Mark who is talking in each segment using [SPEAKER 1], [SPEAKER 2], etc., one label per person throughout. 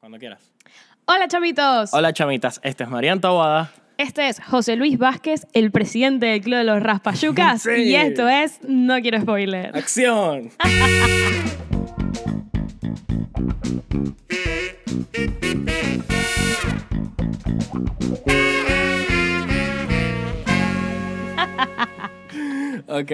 [SPEAKER 1] Cuando quieras.
[SPEAKER 2] Hola chavitos.
[SPEAKER 1] Hola, chamitas. Este es Marian Taboada.
[SPEAKER 2] Este es José Luis Vázquez, el presidente del Club de los Raspayucas.
[SPEAKER 1] Sí.
[SPEAKER 2] Y esto es No Quiero Spoiler.
[SPEAKER 1] ¡Acción! ok.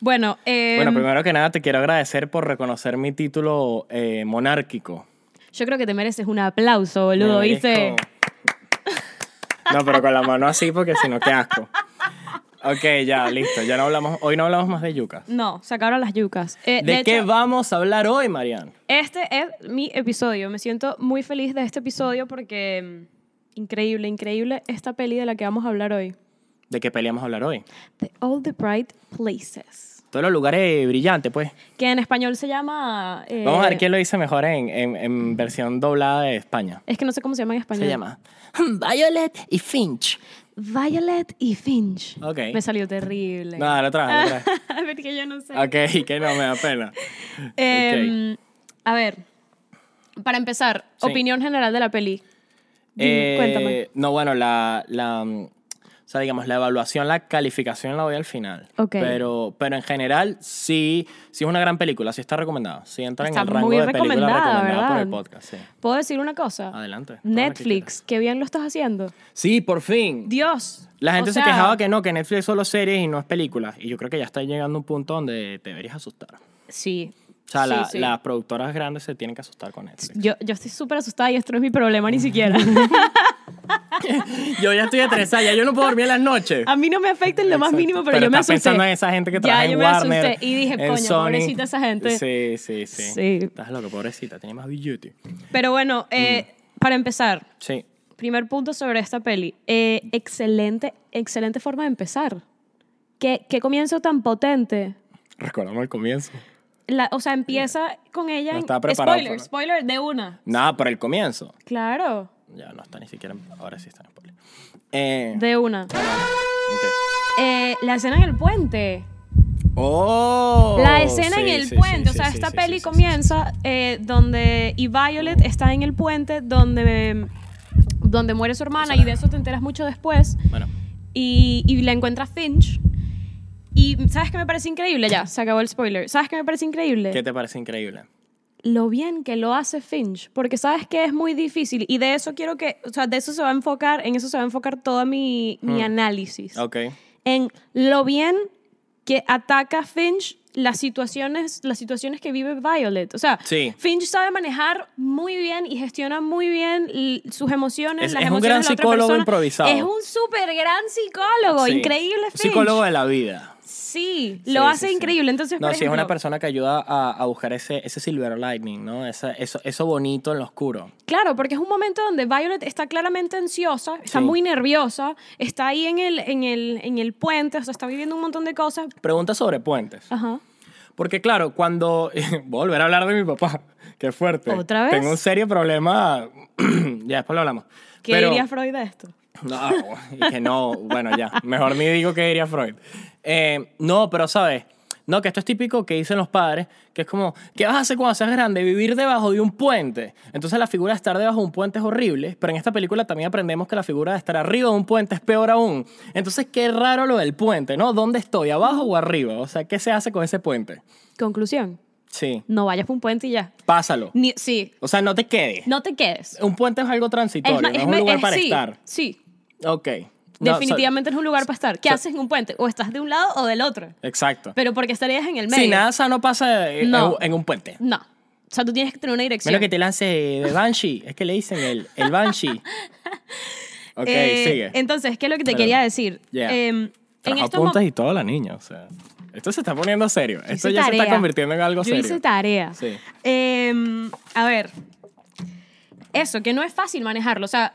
[SPEAKER 2] Bueno, eh,
[SPEAKER 1] Bueno, primero que nada te quiero agradecer por reconocer mi título eh, monárquico.
[SPEAKER 2] yo creo que te mereces un aplauso, boludo.
[SPEAKER 1] Me
[SPEAKER 2] Hice...
[SPEAKER 1] merezco- No, pero con la mano así porque si no, qué asco. Ok, ya, listo. Ya no hablamos, hoy no hablamos más de yucas.
[SPEAKER 2] No, sacaron las yucas. Eh,
[SPEAKER 1] ¿De, qué
[SPEAKER 2] hecho,
[SPEAKER 1] vamos a hablar hoy, Marian?
[SPEAKER 2] Este es mi episodio. Me siento muy feliz de este episodio porque... mm, Increíble, increíble esta peli de la que vamos a hablar hoy.
[SPEAKER 1] ¿De qué peleamos a hablar hoy?
[SPEAKER 2] The All the Bright Places.
[SPEAKER 1] Todos los lugares brillantes, pues.
[SPEAKER 2] Que en español se llama... eh,
[SPEAKER 1] Vamos a ver quién lo dice mejor en, en- en versión doblada de España.
[SPEAKER 2] Es que no sé cómo se llama en español.
[SPEAKER 1] Se llama Violet y Finch.
[SPEAKER 2] Violet y Finch.
[SPEAKER 1] Ok.
[SPEAKER 2] Me salió terrible.
[SPEAKER 1] No, la otra, vez, la otra.
[SPEAKER 2] Porque yo no sé.
[SPEAKER 1] vez. ok, que no me da pena.
[SPEAKER 2] Em, A ver, para empezar,
[SPEAKER 1] Sí.
[SPEAKER 2] opinión general de la peli. Dime,
[SPEAKER 1] Eh,
[SPEAKER 2] Cuéntame.
[SPEAKER 1] No, bueno, la, la, mm, o sea, digamos, la evaluación, la calificación la voy al final.
[SPEAKER 2] Ok.
[SPEAKER 1] Pero, pero en general, sí, sí es una gran película, sí está recomendada. Sí entra
[SPEAKER 2] Está
[SPEAKER 1] en el rango
[SPEAKER 2] muy
[SPEAKER 1] de película
[SPEAKER 2] recomendada,
[SPEAKER 1] recomendada por el
[SPEAKER 2] ¿verdad?
[SPEAKER 1] podcast. sí.
[SPEAKER 2] ¿Puedo decir una cosa?
[SPEAKER 1] Adelante, todo lo que
[SPEAKER 2] Netflix, qué bien lo estás haciendo.
[SPEAKER 1] Sí, por fin.
[SPEAKER 2] Dios.
[SPEAKER 1] La gente
[SPEAKER 2] o
[SPEAKER 1] se
[SPEAKER 2] sea,
[SPEAKER 1] quejaba que no, que Netflix es solo series y no es películas. Y yo creo que ya está llegando un punto donde te deberías asustar.
[SPEAKER 2] Sí.
[SPEAKER 1] O sea,
[SPEAKER 2] Sí,
[SPEAKER 1] la-
[SPEAKER 2] sí.
[SPEAKER 1] las productoras grandes se tienen que asustar con Netflix.
[SPEAKER 2] Yo, yo estoy súper asustada y esto no es mi problema ni siquiera.
[SPEAKER 1] Yo ya estoy estresada, ya yo no puedo dormir en las noches.
[SPEAKER 2] A mí no me afecta en Ah, lo más
[SPEAKER 1] Exacto.
[SPEAKER 2] mínimo, pero, yo me
[SPEAKER 1] estás
[SPEAKER 2] asusté.
[SPEAKER 1] pensando en esa gente que
[SPEAKER 2] Ya,
[SPEAKER 1] trabaja
[SPEAKER 2] yo
[SPEAKER 1] en
[SPEAKER 2] me
[SPEAKER 1] Warner.
[SPEAKER 2] asusté y dije,
[SPEAKER 1] en
[SPEAKER 2] coño,
[SPEAKER 1] Sony.
[SPEAKER 2] pobrecita esa gente.
[SPEAKER 1] Sí, sí, sí.
[SPEAKER 2] Sí.
[SPEAKER 1] Estás loco, pobrecita, tiene más billete.
[SPEAKER 2] Pero bueno, eh,
[SPEAKER 1] Mm.
[SPEAKER 2] para empezar,
[SPEAKER 1] Sí.
[SPEAKER 2] Primer punto sobre esta peli. Eh, excelente, excelente forma de empezar. ¿Qué, qué comienzo tan potente?
[SPEAKER 1] Recordamos el comienzo.
[SPEAKER 2] La- o sea, empieza con ella.
[SPEAKER 1] No
[SPEAKER 2] en-
[SPEAKER 1] estaba preparado
[SPEAKER 2] spoiler,
[SPEAKER 1] para-
[SPEAKER 2] spoiler de una.
[SPEAKER 1] Nada, por el comienzo.
[SPEAKER 2] Claro,
[SPEAKER 1] Ya no está ni siquiera. en- Ahora sí está en spoiler. Eh,
[SPEAKER 2] de una.
[SPEAKER 1] ok.
[SPEAKER 2] Eh, la escena en el puente.
[SPEAKER 1] ¡Oh!
[SPEAKER 2] la escena en
[SPEAKER 1] Sí,
[SPEAKER 2] el
[SPEAKER 1] sí,
[SPEAKER 2] puente.
[SPEAKER 1] sí,
[SPEAKER 2] o sea,
[SPEAKER 1] sí,
[SPEAKER 2] esta
[SPEAKER 1] sí,
[SPEAKER 2] peli
[SPEAKER 1] sí, sí,
[SPEAKER 2] comienza eh, donde. Y Violet está en el puente donde. Donde muere su hermana y de eso te enteras mucho después.
[SPEAKER 1] sí. Bueno.
[SPEAKER 2] y, y la encuentra Finch. Y ¿sabes qué me parece increíble? Ya, se acabó el spoiler. ¿Sabes qué me parece increíble?
[SPEAKER 1] ¿Qué te parece increíble?
[SPEAKER 2] Lo bien que lo hace Finch, porque sabes que es muy difícil y de eso quiero que, o sea, de eso se va a enfocar, en eso se va a enfocar todo mi, mi análisis.
[SPEAKER 1] Hmm. Ok.
[SPEAKER 2] En lo bien que ataca Finch las situaciones, las situaciones que vive Violet. O sea,
[SPEAKER 1] Sí.
[SPEAKER 2] Finch sabe manejar muy bien y gestiona muy bien l- sus emociones.
[SPEAKER 1] Es-
[SPEAKER 2] las
[SPEAKER 1] es un
[SPEAKER 2] emociones
[SPEAKER 1] gran
[SPEAKER 2] de la otra
[SPEAKER 1] psicólogo
[SPEAKER 2] persona.
[SPEAKER 1] improvisado.
[SPEAKER 2] Es un súper gran psicólogo,
[SPEAKER 1] Sí.
[SPEAKER 2] increíble Finch.
[SPEAKER 1] Psicólogo de la vida.
[SPEAKER 2] Sí,
[SPEAKER 1] Sí,
[SPEAKER 2] lo
[SPEAKER 1] sí,
[SPEAKER 2] hace
[SPEAKER 1] sí.
[SPEAKER 2] increíble. Entonces,
[SPEAKER 1] No,
[SPEAKER 2] por
[SPEAKER 1] sí, es una
[SPEAKER 2] ejemplo,
[SPEAKER 1] persona que ayuda a, a buscar ese, ese silver lightning, ¿no? Esa- eso, eso bonito en lo oscuro.
[SPEAKER 2] Claro, porque es un momento donde Violet está claramente ansiosa, está
[SPEAKER 1] Sí.
[SPEAKER 2] muy nerviosa, está ahí en el, en, el, en el puente, o sea, está viviendo un montón de cosas.
[SPEAKER 1] Pregunta sobre puentes.
[SPEAKER 2] Ajá.
[SPEAKER 1] Porque claro, cuando... Voy a volver a hablar de mi papá. Qué fuerte.
[SPEAKER 2] ¿Otra vez?
[SPEAKER 1] Tengo un serio problema... ya después lo hablamos.
[SPEAKER 2] ¿Qué
[SPEAKER 1] Pero-
[SPEAKER 2] diría Freud de esto?
[SPEAKER 1] No, y que no, bueno, ya. Mejor ni digo que diría Freud. Eh, no, pero sabes, no, que esto es típico que dicen los padres, que es como, ¿qué vas a hacer cuando seas grande? Vivir debajo de un puente. Entonces la figura de estar debajo de un puente es horrible, pero en esta película también aprendemos que la figura de estar arriba de un puente es peor aún. Entonces, qué raro lo del puente, ¿no? ¿Dónde estoy? ¿Abajo o arriba? O sea, ¿qué se hace con ese puente?
[SPEAKER 2] Conclusión,
[SPEAKER 1] Sí,
[SPEAKER 2] no vayas por un puente y ya.
[SPEAKER 1] pásalo.
[SPEAKER 2] Ni- sí,
[SPEAKER 1] O sea, no te quedes.
[SPEAKER 2] no te quedes.
[SPEAKER 1] Un puente es algo transitorio,
[SPEAKER 2] ma-
[SPEAKER 1] no es,
[SPEAKER 2] me-
[SPEAKER 1] un lugar para
[SPEAKER 2] sí,
[SPEAKER 1] estar.
[SPEAKER 2] Sí,
[SPEAKER 1] Ok. No, so-
[SPEAKER 2] definitivamente no es un lugar para estar. ¿Qué
[SPEAKER 1] so-
[SPEAKER 2] haces en un puente? O estás de un lado o del otro.
[SPEAKER 1] Exacto.
[SPEAKER 2] Pero porque estarías en el medio.
[SPEAKER 1] Sí, nada sano pasa eh,
[SPEAKER 2] No.
[SPEAKER 1] en, en un puente.
[SPEAKER 2] No. O sea, tú tienes que tener una dirección.
[SPEAKER 1] Menos que te lance de Banshee. Es que le dicen el, el Banshee. Ok,
[SPEAKER 2] Eh,
[SPEAKER 1] sigue.
[SPEAKER 2] Entonces, ¿qué es lo que te
[SPEAKER 1] Pero-
[SPEAKER 2] quería decir?
[SPEAKER 1] Yeah.
[SPEAKER 2] Eh, en
[SPEAKER 1] Trajo
[SPEAKER 2] estos mo-
[SPEAKER 1] apuntes y todo la niña, o sea. Esto se está poniendo serio.
[SPEAKER 2] Yo
[SPEAKER 1] Esto
[SPEAKER 2] hice
[SPEAKER 1] ya se está
[SPEAKER 2] tarea.
[SPEAKER 1] convirtiendo en algo
[SPEAKER 2] Yo
[SPEAKER 1] serio.
[SPEAKER 2] hice tarea.
[SPEAKER 1] Sí.
[SPEAKER 2] Eh, a ver. Eso, que no es fácil manejarlo. O sea,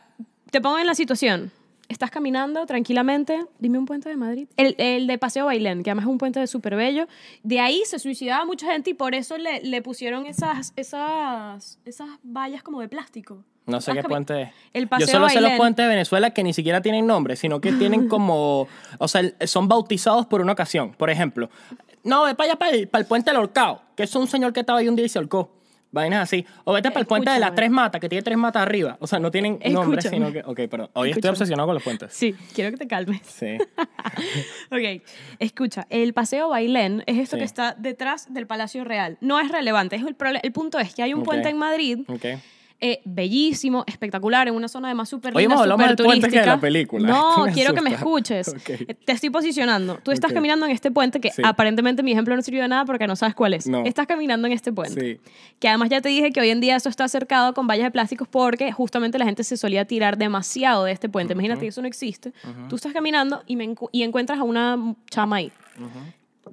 [SPEAKER 2] te pongo en la situación. Estás caminando tranquilamente. Dime un puente de Madrid. El, el de Paseo Bailén, que además es un puente súper bello. De ahí se suicidaba mucha gente y por eso le, le pusieron esas, esas, esas vallas como de plástico.
[SPEAKER 1] No sé
[SPEAKER 2] Estás
[SPEAKER 1] qué
[SPEAKER 2] cami-
[SPEAKER 1] puente es.
[SPEAKER 2] El
[SPEAKER 1] Yo
[SPEAKER 2] Paseo
[SPEAKER 1] solo sé los
[SPEAKER 2] Bailén.
[SPEAKER 1] puentes de Venezuela que ni siquiera tienen nombre, sino que tienen como. o sea, el- son bautizados por una ocasión. Por ejemplo, no, es para allá, para el, para el puente del Horcao, que es un señor que estaba ahí un día y se ahorcó. Vainas así. O vete para el puente de las
[SPEAKER 2] Escúchame.
[SPEAKER 1] tres matas, que tiene tres matas arriba. O sea, no tienen nombre,
[SPEAKER 2] Escúchame.
[SPEAKER 1] sino que. Ok, perdón. Hoy estoy
[SPEAKER 2] Escúchame.
[SPEAKER 1] obsesionado con los puentes.
[SPEAKER 2] Sí, quiero que te calmes.
[SPEAKER 1] Sí.
[SPEAKER 2] Ok, escucha, el paseo Bailén es esto
[SPEAKER 1] Sí.
[SPEAKER 2] que está detrás del Palacio Real. No es relevante, es el, prole- el punto es que hay un
[SPEAKER 1] Ok.
[SPEAKER 2] puente en Madrid
[SPEAKER 1] Ok.
[SPEAKER 2] eh, bellísimo, espectacular, en una zona además súper
[SPEAKER 1] Oye,
[SPEAKER 2] linda,
[SPEAKER 1] hemos hablado más
[SPEAKER 2] súper
[SPEAKER 1] del puente que de
[SPEAKER 2] turística.
[SPEAKER 1] la película. Esto
[SPEAKER 2] No,
[SPEAKER 1] me
[SPEAKER 2] quiero que me
[SPEAKER 1] asusta.
[SPEAKER 2] escuches.
[SPEAKER 1] Ok.
[SPEAKER 2] Eh, Te estoy posicionando. Tú estás
[SPEAKER 1] Ok.
[SPEAKER 2] caminando en este puente que
[SPEAKER 1] Sí.
[SPEAKER 2] aparentemente mi ejemplo no sirvió de nada porque no sabes cuál es.
[SPEAKER 1] No.
[SPEAKER 2] Estás caminando en este puente.
[SPEAKER 1] Sí.
[SPEAKER 2] Que además ya te dije que hoy en día eso está cercado con vallas de plásticos porque justamente la gente se solía tirar demasiado de este puente. Imagínate que eso no existe. Tú estás caminando y, me encu- y encuentras a una chama ahí.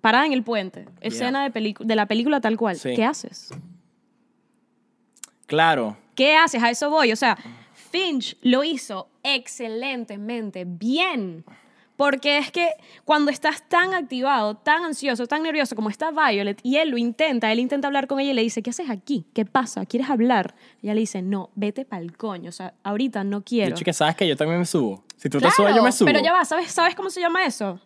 [SPEAKER 2] Parada en el puente. Escena de, pelicu- de la película tal cual.
[SPEAKER 1] Sí.
[SPEAKER 2] ¿Qué haces?
[SPEAKER 1] Claro.
[SPEAKER 2] ¿Qué haces? A eso voy. O sea, Finch lo hizo excelentemente, bien. Porque es que cuando estás tan activado, tan ansioso, tan nervioso como está Violet, y él lo intenta, él intenta hablar con ella y le dice, ¿qué haces aquí? ¿Qué pasa? ¿Quieres hablar? Ella le dice, no, vete pa'l coño. O sea, ahorita no quiero.
[SPEAKER 1] Yo, chica, sabes que yo también me subo. Si tú
[SPEAKER 2] Claro,
[SPEAKER 1] te subes, yo me subo.
[SPEAKER 2] Pero ya va, ¿sabes, ¿sabes cómo se llama eso?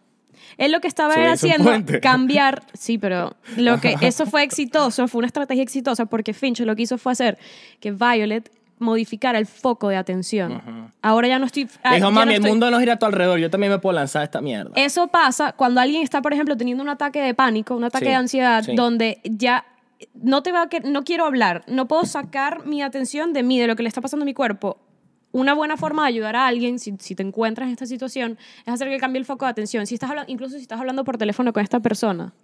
[SPEAKER 2] Él lo que estaba era
[SPEAKER 1] Subirse a un
[SPEAKER 2] haciendo
[SPEAKER 1] puente.
[SPEAKER 2] cambiar, sí, pero lo que eso fue exitoso, fue una estrategia exitosa porque Finch lo que hizo fue hacer que Violet modificara el foco de atención. Ahora ya no estoy ah,
[SPEAKER 1] Dijo,
[SPEAKER 2] ya
[SPEAKER 1] mami,
[SPEAKER 2] no
[SPEAKER 1] el
[SPEAKER 2] estoy-
[SPEAKER 1] mundo no gira a tu alrededor. Yo también me puedo lanzar a esta mierda.
[SPEAKER 2] Eso pasa cuando alguien está, por ejemplo, teniendo un ataque de pánico, un ataque
[SPEAKER 1] Sí,
[SPEAKER 2] de ansiedad,
[SPEAKER 1] sí.
[SPEAKER 2] donde ya no te va a que no quiero hablar, no puedo sacar mi atención de mí, de lo que le está pasando a mi cuerpo. Una buena forma de ayudar a alguien, si, si te encuentras en esta situación, es hacer que cambie el foco de atención. Si estás hablan- incluso si estás hablando por teléfono con esta persona,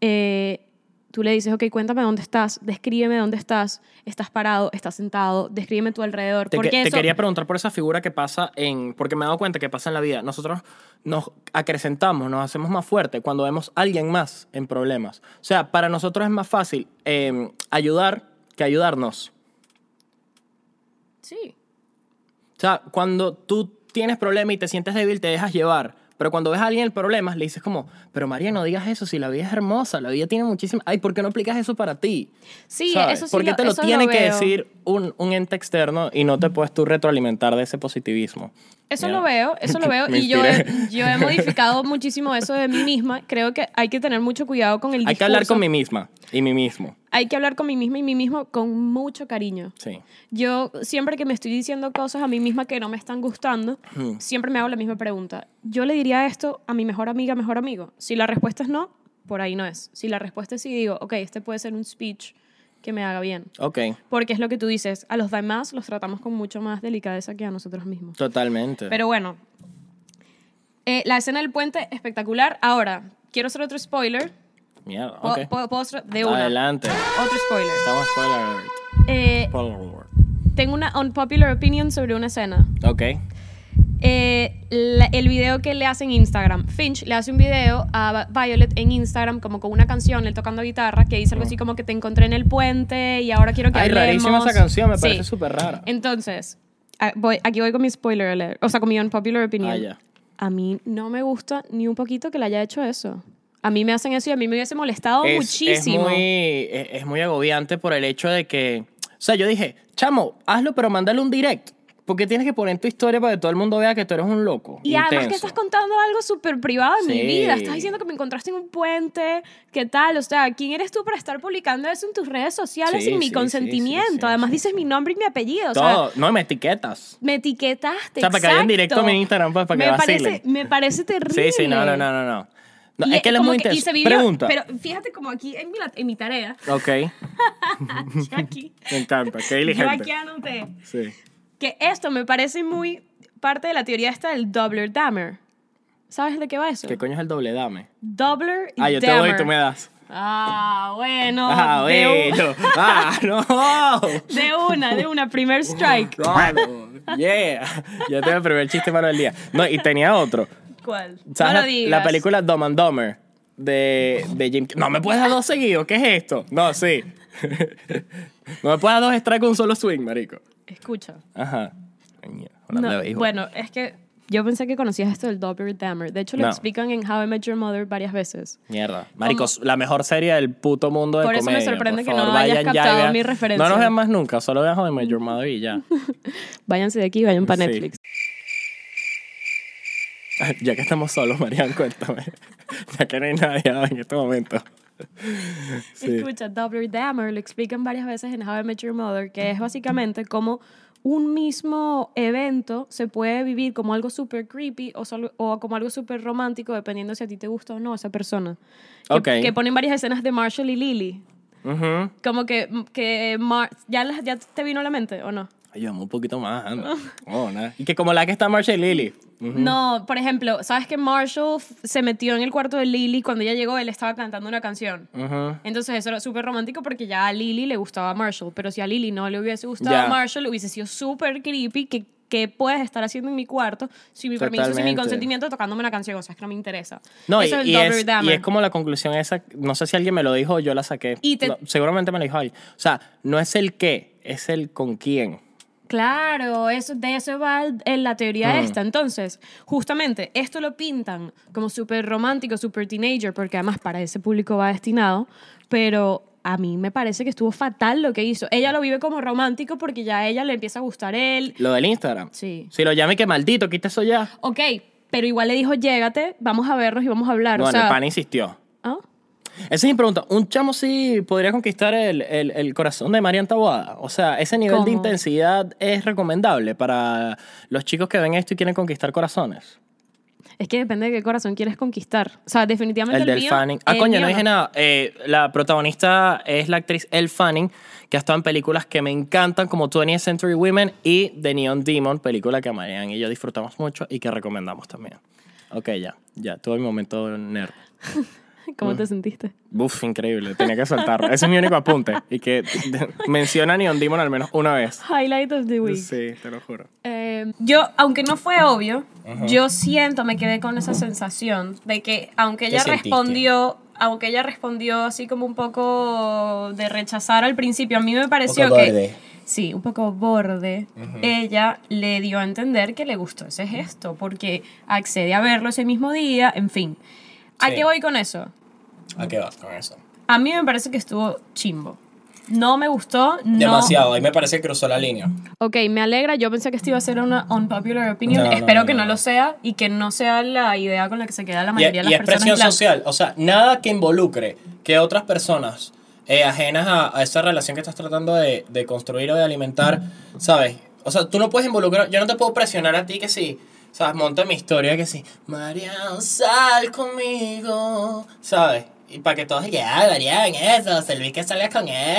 [SPEAKER 2] eh, tú le dices, ok, cuéntame dónde estás, descríbeme dónde estás, estás parado, estás sentado, descríbeme tu alrededor.
[SPEAKER 1] Te,
[SPEAKER 2] porque
[SPEAKER 1] que- te
[SPEAKER 2] eso-
[SPEAKER 1] quería preguntar por esa figura que pasa en. Porque me he dado cuenta que pasa en la vida. Nosotros nos acrecentamos, nos hacemos más fuertes cuando vemos a alguien más en problemas. O sea, para nosotros es más fácil eh, ayudar que ayudarnos.
[SPEAKER 2] Sí.
[SPEAKER 1] O sea, cuando tú tienes problema y te sientes débil, te dejas llevar. Pero cuando ves a alguien en problemas, le dices como, pero María, no digas eso, si la vida es hermosa, la vida tiene muchísima... Ay, ¿por qué no aplicas eso para ti?
[SPEAKER 2] Sí,
[SPEAKER 1] ¿Sabes?
[SPEAKER 2] eso sí
[SPEAKER 1] ¿Por qué
[SPEAKER 2] lo-
[SPEAKER 1] te lo
[SPEAKER 2] eso
[SPEAKER 1] tiene que
[SPEAKER 2] veo.
[SPEAKER 1] decir un, un ente externo y no te puedes tú retroalimentar de ese positivismo?
[SPEAKER 2] Eso
[SPEAKER 1] Ya.
[SPEAKER 2] lo veo, eso lo veo.
[SPEAKER 1] Me
[SPEAKER 2] y yo he,
[SPEAKER 1] inspiré.
[SPEAKER 2] yo he modificado muchísimo eso de mí misma. Creo que hay que tener mucho cuidado con el
[SPEAKER 1] Hay que hablar
[SPEAKER 2] discurso.
[SPEAKER 1] con mí misma y mí mismo.
[SPEAKER 2] Hay que hablar con mí misma y mí mismo con mucho cariño.
[SPEAKER 1] Sí.
[SPEAKER 2] Yo siempre que me estoy diciendo cosas a mí misma que no me están gustando,
[SPEAKER 1] Hmm.
[SPEAKER 2] siempre me hago la misma pregunta. ¿Yo le diría esto a mi mejor amiga, mejor amigo? Si la respuesta es no, por ahí no es. Si la respuesta es sí, digo, ok, este puede ser un speech que me haga bien.
[SPEAKER 1] Ok,
[SPEAKER 2] Porque es lo que tú dices, a los demás los tratamos con mucho más delicadeza que a nosotros mismos.
[SPEAKER 1] totalmente.
[SPEAKER 2] Pero bueno, Eh, la escena del puente espectacular. Ahora, quiero hacer otro spoiler.
[SPEAKER 1] Mierda,
[SPEAKER 2] Puedo-
[SPEAKER 1] ok.
[SPEAKER 2] puedo- puedo hacer- de una.
[SPEAKER 1] Adelante.
[SPEAKER 2] Otro spoiler.
[SPEAKER 1] Estamos spoiler alert.
[SPEAKER 2] Eh,
[SPEAKER 1] Spoiler alert.
[SPEAKER 2] tengo una unpopular opinion sobre una escena.
[SPEAKER 1] Ok.
[SPEAKER 2] Eh, la- el video que le hace en Instagram. Finch le hace un video a Va- Violet en Instagram como con una canción, él tocando guitarra, que dice algo así como que te encontré en el puente y ahora quiero que
[SPEAKER 1] Oh. Ay, rarísima
[SPEAKER 2] hablemos".
[SPEAKER 1] esa canción, me
[SPEAKER 2] Sí.
[SPEAKER 1] parece súper rara.
[SPEAKER 2] Entonces, a- voy- aquí voy con mi spoiler alert, o sea, con mi unpopular opinion.
[SPEAKER 1] Ah, ya.
[SPEAKER 2] A mí no me gusta ni un poquito que le haya hecho eso. A mí me hacen eso y a mí me hubiese molestado muchísimo.
[SPEAKER 1] Es muy, es, es muy agobiante por el hecho de que. O sea, yo dije, chamo, hazlo, pero mándale un direct. Porque tienes que poner tu historia para que todo el mundo vea que tú eres un loco.
[SPEAKER 2] Y además que
[SPEAKER 1] intenso.
[SPEAKER 2] estás contando algo súper privado de mi
[SPEAKER 1] Sí.
[SPEAKER 2] vida. Estás diciendo que me encontraste en un puente, ¿qué tal? O sea, ¿quién eres tú para estar publicando eso en tus redes sociales
[SPEAKER 1] Sí,
[SPEAKER 2] sin mi
[SPEAKER 1] sí,
[SPEAKER 2] consentimiento?
[SPEAKER 1] sí, sí, sí,
[SPEAKER 2] además
[SPEAKER 1] sí,
[SPEAKER 2] dices mi nombre y mi apellido. O sea,
[SPEAKER 1] Todo. No, me etiquetas.
[SPEAKER 2] me etiquetaste.
[SPEAKER 1] O sea, para que vayan
[SPEAKER 2] exacto.
[SPEAKER 1] directo a mi Instagram, pues, para que
[SPEAKER 2] me
[SPEAKER 1] vacilen.
[SPEAKER 2] parece, me parece
[SPEAKER 1] Sí,
[SPEAKER 2] terrible.
[SPEAKER 1] sí, no, no, no, no. no. No,
[SPEAKER 2] Y
[SPEAKER 1] es que él es
[SPEAKER 2] como
[SPEAKER 1] muy
[SPEAKER 2] y
[SPEAKER 1] intenso.
[SPEAKER 2] se vivió-
[SPEAKER 1] Pregunta.
[SPEAKER 2] Pero fíjate como aquí en mi, la- en mi tarea,
[SPEAKER 1] Ok,
[SPEAKER 2] yo aquí,
[SPEAKER 1] me encanta. Qué
[SPEAKER 2] yo
[SPEAKER 1] diligente.
[SPEAKER 2] aquí anoté.
[SPEAKER 1] Sí.
[SPEAKER 2] Que esto me parece muy parte de la teoría esta del doubler dammer. ¿Sabes de qué va eso?
[SPEAKER 1] ¿Qué coño es el doble dame?
[SPEAKER 2] Doubler y
[SPEAKER 1] Ah, yo te doy
[SPEAKER 2] dammer.
[SPEAKER 1] y tú me das.
[SPEAKER 2] Ah, bueno.
[SPEAKER 1] Ah,
[SPEAKER 2] de, un-
[SPEAKER 1] bueno. Ah, no.
[SPEAKER 2] de una, de una, primer strike.
[SPEAKER 1] Claro. Yeah. Ya tengo el primer chiste malo del día. No, y tenía otro.
[SPEAKER 2] ¿Cuál?
[SPEAKER 1] ¿Sabes
[SPEAKER 2] No
[SPEAKER 1] la-
[SPEAKER 2] lo digas.
[SPEAKER 1] la película Dumb and Dumber de, de Jim Car- No me puedes dar dos seguidos, ¿qué es esto? No, sí. no me puedes dar dos strikes con un solo swing, marico.
[SPEAKER 2] Escucha.
[SPEAKER 1] Ajá. Coño,
[SPEAKER 2] No,
[SPEAKER 1] hablando de béisbol.
[SPEAKER 2] bueno, es que yo pensé que conocías esto del Doppler Dammer. De hecho, lo
[SPEAKER 1] No.
[SPEAKER 2] explican en How I Met Your Mother varias veces.
[SPEAKER 1] Mierda. Marico, la mejor serie del puto mundo de
[SPEAKER 2] Por eso me
[SPEAKER 1] comedia.
[SPEAKER 2] sorprende
[SPEAKER 1] Por
[SPEAKER 2] que no
[SPEAKER 1] favor,
[SPEAKER 2] hayas
[SPEAKER 1] vayan ya y
[SPEAKER 2] captado
[SPEAKER 1] vean-
[SPEAKER 2] mi referencia.
[SPEAKER 1] No nos vean más nunca, solo vean Joder, Your Mother y ya.
[SPEAKER 2] Váyanse de aquí y vayan para
[SPEAKER 1] Sí.
[SPEAKER 2] Netflix.
[SPEAKER 1] ya que estamos solos, Marian, cuéntame. ya que no hay nadie en este momento. Sí.
[SPEAKER 2] Escucha, Doppler Dammer lo explican varias veces en How I Met Your Mother, que es básicamente como un mismo evento se puede vivir como algo súper creepy o, solo- o como algo súper romántico, dependiendo si a ti te gusta o no esa persona. Que,
[SPEAKER 1] Ok.
[SPEAKER 2] que ponen varias escenas de Marshall y Lily.
[SPEAKER 1] Ujú.
[SPEAKER 2] Como que, que Mar- ¿ya, las- ¿ya te vino a la mente o no?
[SPEAKER 1] Ay, vamos un poquito más, anda. Oh, nada. Y que como la que está Marshall y Lily. Ujú.
[SPEAKER 2] No, por ejemplo, ¿sabes que Marshall f- se metió en el cuarto de Lily? Cuando ella llegó, él estaba cantando una canción.
[SPEAKER 1] Ujú.
[SPEAKER 2] Entonces eso era súper romántico porque ya a Lily le gustaba Marshall, pero si a Lily no le hubiese gustado
[SPEAKER 1] Ya.
[SPEAKER 2] Marshall, hubiese sido súper creepy que, que puedes estar haciendo en mi cuarto sin mi permiso, sin mi
[SPEAKER 1] Totalmente.
[SPEAKER 2] consentimiento, tocándome una canción, o sea, es que no me interesa.
[SPEAKER 1] No, y,
[SPEAKER 2] Eso es el
[SPEAKER 1] y
[SPEAKER 2] Doppler
[SPEAKER 1] es, y
[SPEAKER 2] Dammer.
[SPEAKER 1] es como la conclusión esa, no sé si alguien me lo dijo o yo la saqué.
[SPEAKER 2] Y te-
[SPEAKER 1] No, seguramente me lo dijo alguien. O sea, no es el qué, es el con quién.
[SPEAKER 2] Claro, eso, de eso va el- el- la teoría
[SPEAKER 1] Mm.
[SPEAKER 2] esta. Entonces, justamente, esto lo pintan como súper romántico, súper teenager, porque además para ese público va destinado, pero a mí me parece que estuvo fatal lo que hizo. Ella lo vive como romántico porque ya a ella le empieza a gustar él.
[SPEAKER 1] Lo del Instagram.
[SPEAKER 2] Sí.
[SPEAKER 1] Si lo llame que maldito, quita eso ya.
[SPEAKER 2] Ok, pero igual le dijo, llégate, vamos a vernos y vamos a hablar.
[SPEAKER 1] bueno,
[SPEAKER 2] o
[SPEAKER 1] el
[SPEAKER 2] sea,
[SPEAKER 1] pan insistió.
[SPEAKER 2] ¿Ah?
[SPEAKER 1] Esa es mi pregunta. ¿Un chamo sí podría conquistar el, el- el corazón de Marian Taboada? O sea, ¿ese nivel de
[SPEAKER 2] ¿Cómo?
[SPEAKER 1] intensidad es recomendable para los chicos que ven esto y quieren conquistar corazones?
[SPEAKER 2] Es que depende de qué corazón quieres conquistar. O sea, definitivamente
[SPEAKER 1] El
[SPEAKER 2] el,
[SPEAKER 1] del
[SPEAKER 2] mío-
[SPEAKER 1] Fanning. Ah,
[SPEAKER 2] el
[SPEAKER 1] coño,
[SPEAKER 2] mío
[SPEAKER 1] no dije nada. Eh, la protagonista es la actriz Elle Fanning, que ha estado en películas que me encantan, como 20th Century Women y The Neon Demon, película que Marian y yo disfrutamos mucho y que recomendamos también. Ok, ya, ya, todo el momento nerd.
[SPEAKER 2] ¿Cómo te sentiste?
[SPEAKER 1] Buf, increíble, tenía que soltarlo. Ese es mi único apunte. Y que menciona Neon Demon al menos una vez.
[SPEAKER 2] Highlight of the week.
[SPEAKER 1] Sí, te lo juro.
[SPEAKER 2] Eh, yo, aunque no fue obvio, yo siento, me quedé con esa sensación de que aunque ella
[SPEAKER 1] sentiste?
[SPEAKER 2] respondió, aunque ella respondió así como un poco de rechazar al principio, a mí me pareció
[SPEAKER 1] poco
[SPEAKER 2] que...
[SPEAKER 1] borde.
[SPEAKER 2] Sí, un poco borde. Ella le dio a entender que le gustó ese gesto, porque accede a verlo ese mismo día, en fin. ¿A
[SPEAKER 1] Sí.
[SPEAKER 2] qué voy con eso?
[SPEAKER 1] ¿A qué vas con eso?
[SPEAKER 2] A mí me parece que estuvo chimbo. No me gustó, no...
[SPEAKER 1] ahí me parece que cruzó la línea.
[SPEAKER 2] Ok, me alegra. Yo pensé que esto iba a ser una unpopular opinion.
[SPEAKER 1] No, no,
[SPEAKER 2] Espero
[SPEAKER 1] no,
[SPEAKER 2] que
[SPEAKER 1] no,
[SPEAKER 2] no,
[SPEAKER 1] no.
[SPEAKER 2] lo sea y que no sea la idea con la que se queda la mayoría de las personas.
[SPEAKER 1] presión
[SPEAKER 2] blancas.
[SPEAKER 1] social, o sea, nada que involucre que otras personas eh, ajenas a, a esa relación que estás tratando de, de construir o de alimentar, ¿sabes? O sea, tú no puedes involucrar, yo no te puedo presionar a ti que sí. ¿Sabes? Monta mi historia que sí. Marian, sal conmigo. ¿Sabes? Y para que todos digan, ah, Marian, eso, Luis que salgas con él.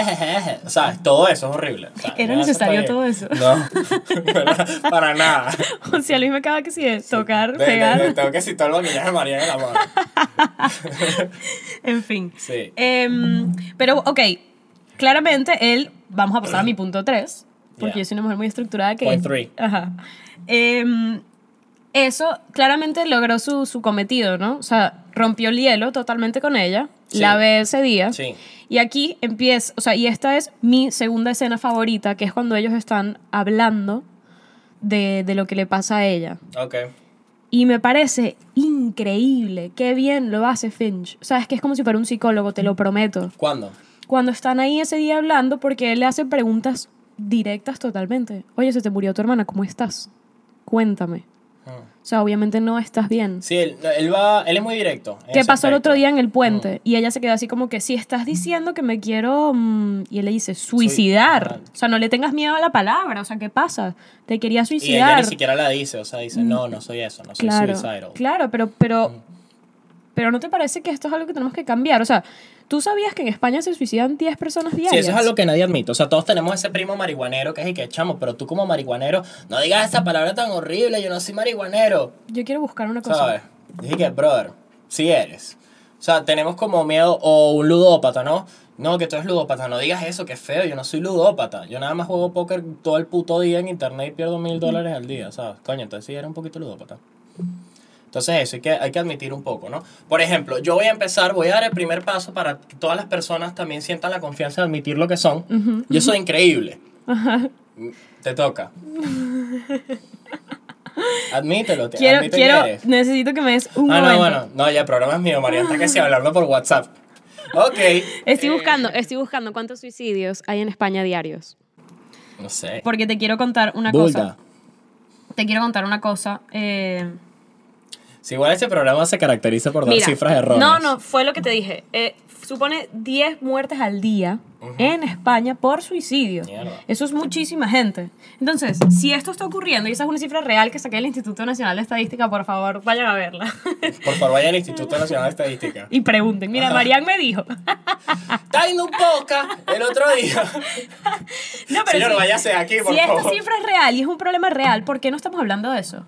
[SPEAKER 1] ¿Sabes? Todo eso es horrible. O sea,
[SPEAKER 2] ¿Era
[SPEAKER 1] nada,
[SPEAKER 2] necesario
[SPEAKER 1] está bien. No, ¿verdad? para nada.
[SPEAKER 2] O sea, Luis me acaba que sí de tocar,
[SPEAKER 1] De- de-
[SPEAKER 2] pegar,
[SPEAKER 1] de- tengo que citar el maquillaje de Marian en la mano.
[SPEAKER 2] en fin.
[SPEAKER 1] Sí.
[SPEAKER 2] Em, pero, ok, claramente él, vamos a pasar a mi punto 3, porque
[SPEAKER 1] Yeah.
[SPEAKER 2] yo soy una mujer muy estructurada que...
[SPEAKER 1] Point three.
[SPEAKER 2] Ajá. Em, eso claramente logró su, su cometido, ¿no? O sea, rompió el hielo totalmente con ella,
[SPEAKER 1] Sí.
[SPEAKER 2] la ve ese día.
[SPEAKER 1] Sí.
[SPEAKER 2] Y aquí empieza, o sea, y esta es mi segunda escena favorita, que es cuando ellos están hablando de, de lo que le pasa a ella.
[SPEAKER 1] Ok.
[SPEAKER 2] Y me parece increíble, qué bien lo hace Finch. O sea, es que es como si fuera un psicólogo, te lo prometo.
[SPEAKER 1] ¿Cuándo?
[SPEAKER 2] Cuando están ahí ese día hablando, porque él le hace preguntas directas totalmente. Oye, se te murió tu hermana, ¿cómo estás? Cuéntame. O sea, obviamente no estás bien.
[SPEAKER 1] Ah. Sí, él, él va, él es muy directo. en
[SPEAKER 2] ¿Qué
[SPEAKER 1] ese
[SPEAKER 2] pasó el
[SPEAKER 1] aspecto.
[SPEAKER 2] otro día en el puente? Y ella se quedó así como que, si estás diciendo que me quiero... mm", y él le dice, suicidar.
[SPEAKER 1] ah.
[SPEAKER 2] O sea, no le tengas miedo a la palabra. O sea, ¿qué pasa? Te
[SPEAKER 1] Y
[SPEAKER 2] quería
[SPEAKER 1] ella
[SPEAKER 2] suicidar. Mm.
[SPEAKER 1] ni siquiera la dice, o sea, dice, no, no soy eso, no soy
[SPEAKER 2] claro,
[SPEAKER 1] suicidal.
[SPEAKER 2] claro, pero, pero, pero ¿no te parece que esto es algo que tenemos que cambiar? O sea, ¿tú sabías que en España se suicidan 10 personas diarias?
[SPEAKER 1] Sí, eso es algo que nadie admite. O sea, todos tenemos ese primo marihuanero que es y que chamo, pero tú como marihuanero, no digas esa palabra tan horrible, yo no soy marihuanero.
[SPEAKER 2] Yo quiero buscar una cosa.
[SPEAKER 1] ¿Sabes? Dije que, brother, si eres. O sea, tenemos como miedo, o un ludópata, ¿no? No, que tú eres ludópata, no digas eso, que es feo, yo no soy ludópata. Yo nada más juego póker todo el puto día en internet y pierdo mil dólares al día, ¿sabes? Coño, entonces sí eres un poquito ludópata. Entonces eso hay que, hay que admitir un poco, ¿no? Por ejemplo, yo voy a empezar, voy a dar el primer paso para que todas las personas también sientan la confianza de admitir lo que son. Yo soy increíble. Te toca. Admítelo, te-
[SPEAKER 2] Quiero,
[SPEAKER 1] admite
[SPEAKER 2] quiero,
[SPEAKER 1] que eres.
[SPEAKER 2] necesito que me des un
[SPEAKER 1] Ah,
[SPEAKER 2] momento.
[SPEAKER 1] no, bueno. No, ya el programa es mío, María. Está que si hablarlo por WhatsApp. Ok. Eh,
[SPEAKER 2] Estoy buscando, estoy buscando cuántos suicidios hay en España diarios.
[SPEAKER 1] No sé.
[SPEAKER 2] Porque te quiero contar una cosa.
[SPEAKER 1] Bulda.
[SPEAKER 2] Te quiero contar una cosa. Eh,
[SPEAKER 1] Si igual este programa se caracteriza por dar
[SPEAKER 2] Mira,
[SPEAKER 1] cifras erróneas.
[SPEAKER 2] No, no, fue lo que te dije. Eh, supone 10 muertes al día en España por suicidio.
[SPEAKER 1] Mierda.
[SPEAKER 2] Eso es muchísima gente. Entonces, si esto está ocurriendo, y esa es una cifra real que saqué del Instituto Nacional de Estadística, por favor, vayan a verla.
[SPEAKER 1] Por favor, vayan al Instituto Nacional de Estadística.
[SPEAKER 2] y pregunten. Mira, Marian me dijo.
[SPEAKER 1] Está en un poca el otro día.
[SPEAKER 2] No, pero
[SPEAKER 1] Señor,
[SPEAKER 2] si-
[SPEAKER 1] váyase de aquí, por
[SPEAKER 2] si
[SPEAKER 1] favor.
[SPEAKER 2] esta cifra es real y es un problema real, ¿por qué no estamos hablando de eso?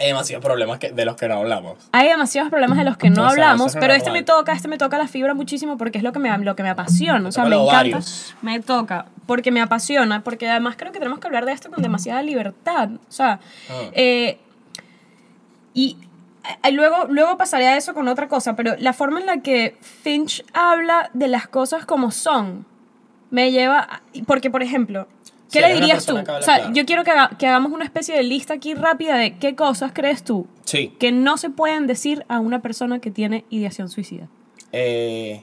[SPEAKER 1] Hay demasiados problemas que- de los que no hablamos.
[SPEAKER 2] Hay demasiados problemas de los que no
[SPEAKER 1] O sea,
[SPEAKER 2] hablamos,
[SPEAKER 1] eso es
[SPEAKER 2] pero este
[SPEAKER 1] normal.
[SPEAKER 2] me toca, este me toca la fibra muchísimo porque es lo que me, lo que me apasiona. O sea,
[SPEAKER 1] toca
[SPEAKER 2] me
[SPEAKER 1] los
[SPEAKER 2] encanta.
[SPEAKER 1] ovarios.
[SPEAKER 2] Me toca, porque me apasiona, porque además creo que tenemos que hablar de esto con demasiada libertad. O sea,
[SPEAKER 1] Ah.
[SPEAKER 2] eh, y eh, luego, luego pasaré a eso con otra cosa, pero la forma en la que Finch habla de las cosas como son me lleva. a- porque, por ejemplo,
[SPEAKER 1] Sí,
[SPEAKER 2] ¿qué
[SPEAKER 1] hay
[SPEAKER 2] le
[SPEAKER 1] una
[SPEAKER 2] dirías tú?
[SPEAKER 1] persona que habla
[SPEAKER 2] O sea,
[SPEAKER 1] claro.
[SPEAKER 2] yo quiero que, haga- que hagamos una especie de lista aquí rápida de qué cosas crees tú
[SPEAKER 1] Sí.
[SPEAKER 2] que no se pueden decir a una persona que tiene ideación suicida.
[SPEAKER 1] Eh,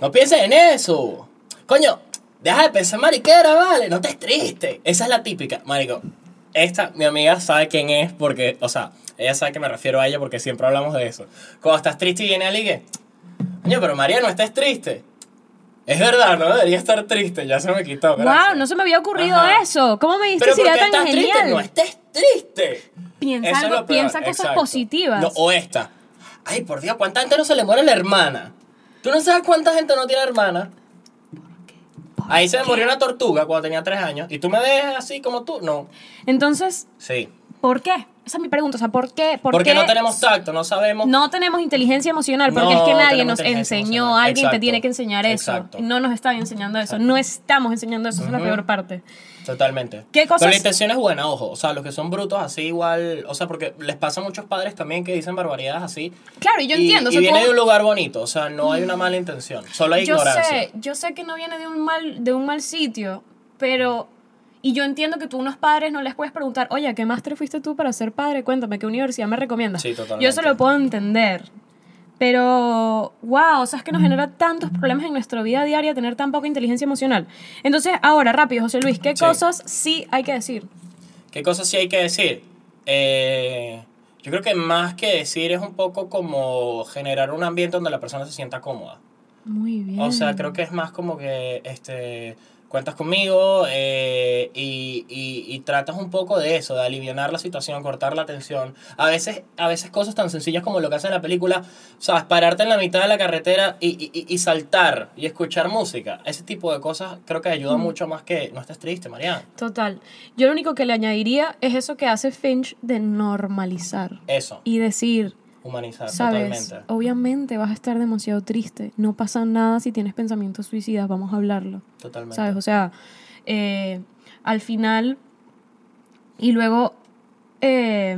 [SPEAKER 1] no pienses en eso. Coño, deja de pensar mariquera, vale. No estés triste. Esa es la típica. Marico, esta, mi amiga sabe quién es porque, o sea, ella sabe que me refiero a ella porque siempre hablamos de eso. Cuando estás triste y viene alguien que, coño, pero María, no estés triste. Es verdad, no debería estar triste. Ya se me quitó. gracias.
[SPEAKER 2] ¡Wow! No se me había ocurrido
[SPEAKER 1] Ajá.
[SPEAKER 2] eso. ¿Cómo me diste
[SPEAKER 1] Pero
[SPEAKER 2] esa
[SPEAKER 1] porque
[SPEAKER 2] idea tan
[SPEAKER 1] estás triste,
[SPEAKER 2] genial?
[SPEAKER 1] no estés triste.
[SPEAKER 2] Piensa
[SPEAKER 1] Eso es
[SPEAKER 2] algo-
[SPEAKER 1] lo peor,
[SPEAKER 2] piensa cosas
[SPEAKER 1] exacto.
[SPEAKER 2] positivas.
[SPEAKER 1] No, o esta. Ay, por Dios, ¿cuánta gente no se le muere la hermana? ¿Tú no sabes cuánta gente no tiene hermana? Ahí se me murió una tortuga cuando tenía tres años. ¿Y tú me dejas así como tú? No.
[SPEAKER 2] Entonces,
[SPEAKER 1] Sí.
[SPEAKER 2] ¿por qué? Esa es mi pregunta. O sea, ¿por qué? ¿Por
[SPEAKER 1] Porque
[SPEAKER 2] qué
[SPEAKER 1] no tenemos tacto, no sabemos.
[SPEAKER 2] no tenemos inteligencia emocional? Porque
[SPEAKER 1] No
[SPEAKER 2] es que nadie
[SPEAKER 1] tenemos
[SPEAKER 2] nos
[SPEAKER 1] inteligencia
[SPEAKER 2] enseñó.
[SPEAKER 1] emocional.
[SPEAKER 2] Alguien te
[SPEAKER 1] Exacto.
[SPEAKER 2] tiene que enseñar eso.
[SPEAKER 1] Exacto.
[SPEAKER 2] Y No nos están enseñando eso. No estamos enseñando eso. Esa es la peor parte.
[SPEAKER 1] Totalmente.
[SPEAKER 2] ¿Qué cosas-
[SPEAKER 1] Pero la intención es buena, ojo. O sea, los que son brutos así igual. O sea, porque les pasa a muchos padres también que dicen barbaridades así.
[SPEAKER 2] Claro, y yo entiendo. o
[SPEAKER 1] Y
[SPEAKER 2] sea, tú-
[SPEAKER 1] viene de un lugar bonito. O sea, no hay una mala intención. Solo hay
[SPEAKER 2] yo
[SPEAKER 1] ignorancia.
[SPEAKER 2] sé, yo sé que no viene de un mal, de un mal sitio, pero y yo entiendo que tú a unos padres no les puedes preguntar, oye, ¿a ¿qué máster fuiste tú para ser padre? Cuéntame, ¿qué universidad me recomiendas?
[SPEAKER 1] Sí, totalmente.
[SPEAKER 2] Yo eso lo puedo entender. Pero, wow, o sea, es que nos genera tantos problemas en nuestra vida diaria tener tan poca inteligencia emocional. Entonces, ahora, rápido, José Luis, ¿qué
[SPEAKER 1] Sí.
[SPEAKER 2] cosas sí hay que decir?
[SPEAKER 1] ¿Qué cosas sí hay que decir? Eh, yo creo que más que decir es un poco como generar un ambiente donde la persona se sienta cómoda.
[SPEAKER 2] Muy bien.
[SPEAKER 1] O sea, creo que es más como que este, cuentas conmigo eh, y, y- y tratas un poco de eso, de aliviar la situación, cortar la tensión. A veces, a veces cosas tan sencillas como lo que hace en la película, o sea, pararte en la mitad de la carretera y, y- y- y saltar y escuchar música. Ese tipo de cosas creo que ayuda mucho más que no estés triste, Mariana.
[SPEAKER 2] Total. Yo lo único que le añadiría es eso que hace Finch de normalizar
[SPEAKER 1] Eso,
[SPEAKER 2] y decir,
[SPEAKER 1] humanizar
[SPEAKER 2] Sabes,
[SPEAKER 1] totalmente.
[SPEAKER 2] obviamente vas a estar demasiado triste. No pasa nada si tienes pensamientos suicidas, vamos a hablarlo.
[SPEAKER 1] Totalmente.
[SPEAKER 2] ¿Sabes? O sea, eh, al final. Y luego. eh,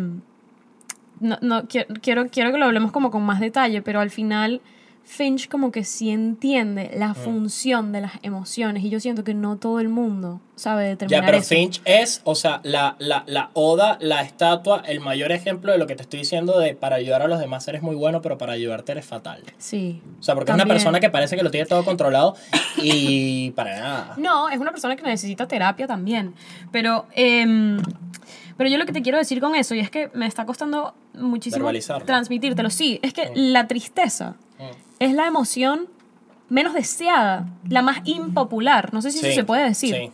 [SPEAKER 2] no, no, qui- quiero, quiero que lo hablemos como con más detalle, pero al final. Finch como que sí entiende
[SPEAKER 1] Mm.
[SPEAKER 2] la función de las emociones y yo siento que no todo el mundo sabe determinar
[SPEAKER 1] Ya, pero
[SPEAKER 2] eso.
[SPEAKER 1] Finch es, o sea, la, la, la oda, la estatua, el mayor ejemplo de lo que te estoy diciendo de para ayudar a los demás eres muy bueno, pero para ayudarte eres fatal.
[SPEAKER 2] Sí.
[SPEAKER 1] O sea, porque es una
[SPEAKER 2] También.
[SPEAKER 1] persona que parece que lo tiene todo controlado y para nada.
[SPEAKER 2] No, es una persona que necesita terapia también. Pero, em, pero yo lo que te quiero decir con eso, y es que me está costando muchísimo
[SPEAKER 1] Verbalizarlo. Mm.
[SPEAKER 2] transmitírtelo, sí, es que la tristeza es la emoción menos deseada, la más impopular, no sé si
[SPEAKER 1] Sí,
[SPEAKER 2] eso se puede decir.
[SPEAKER 1] sí.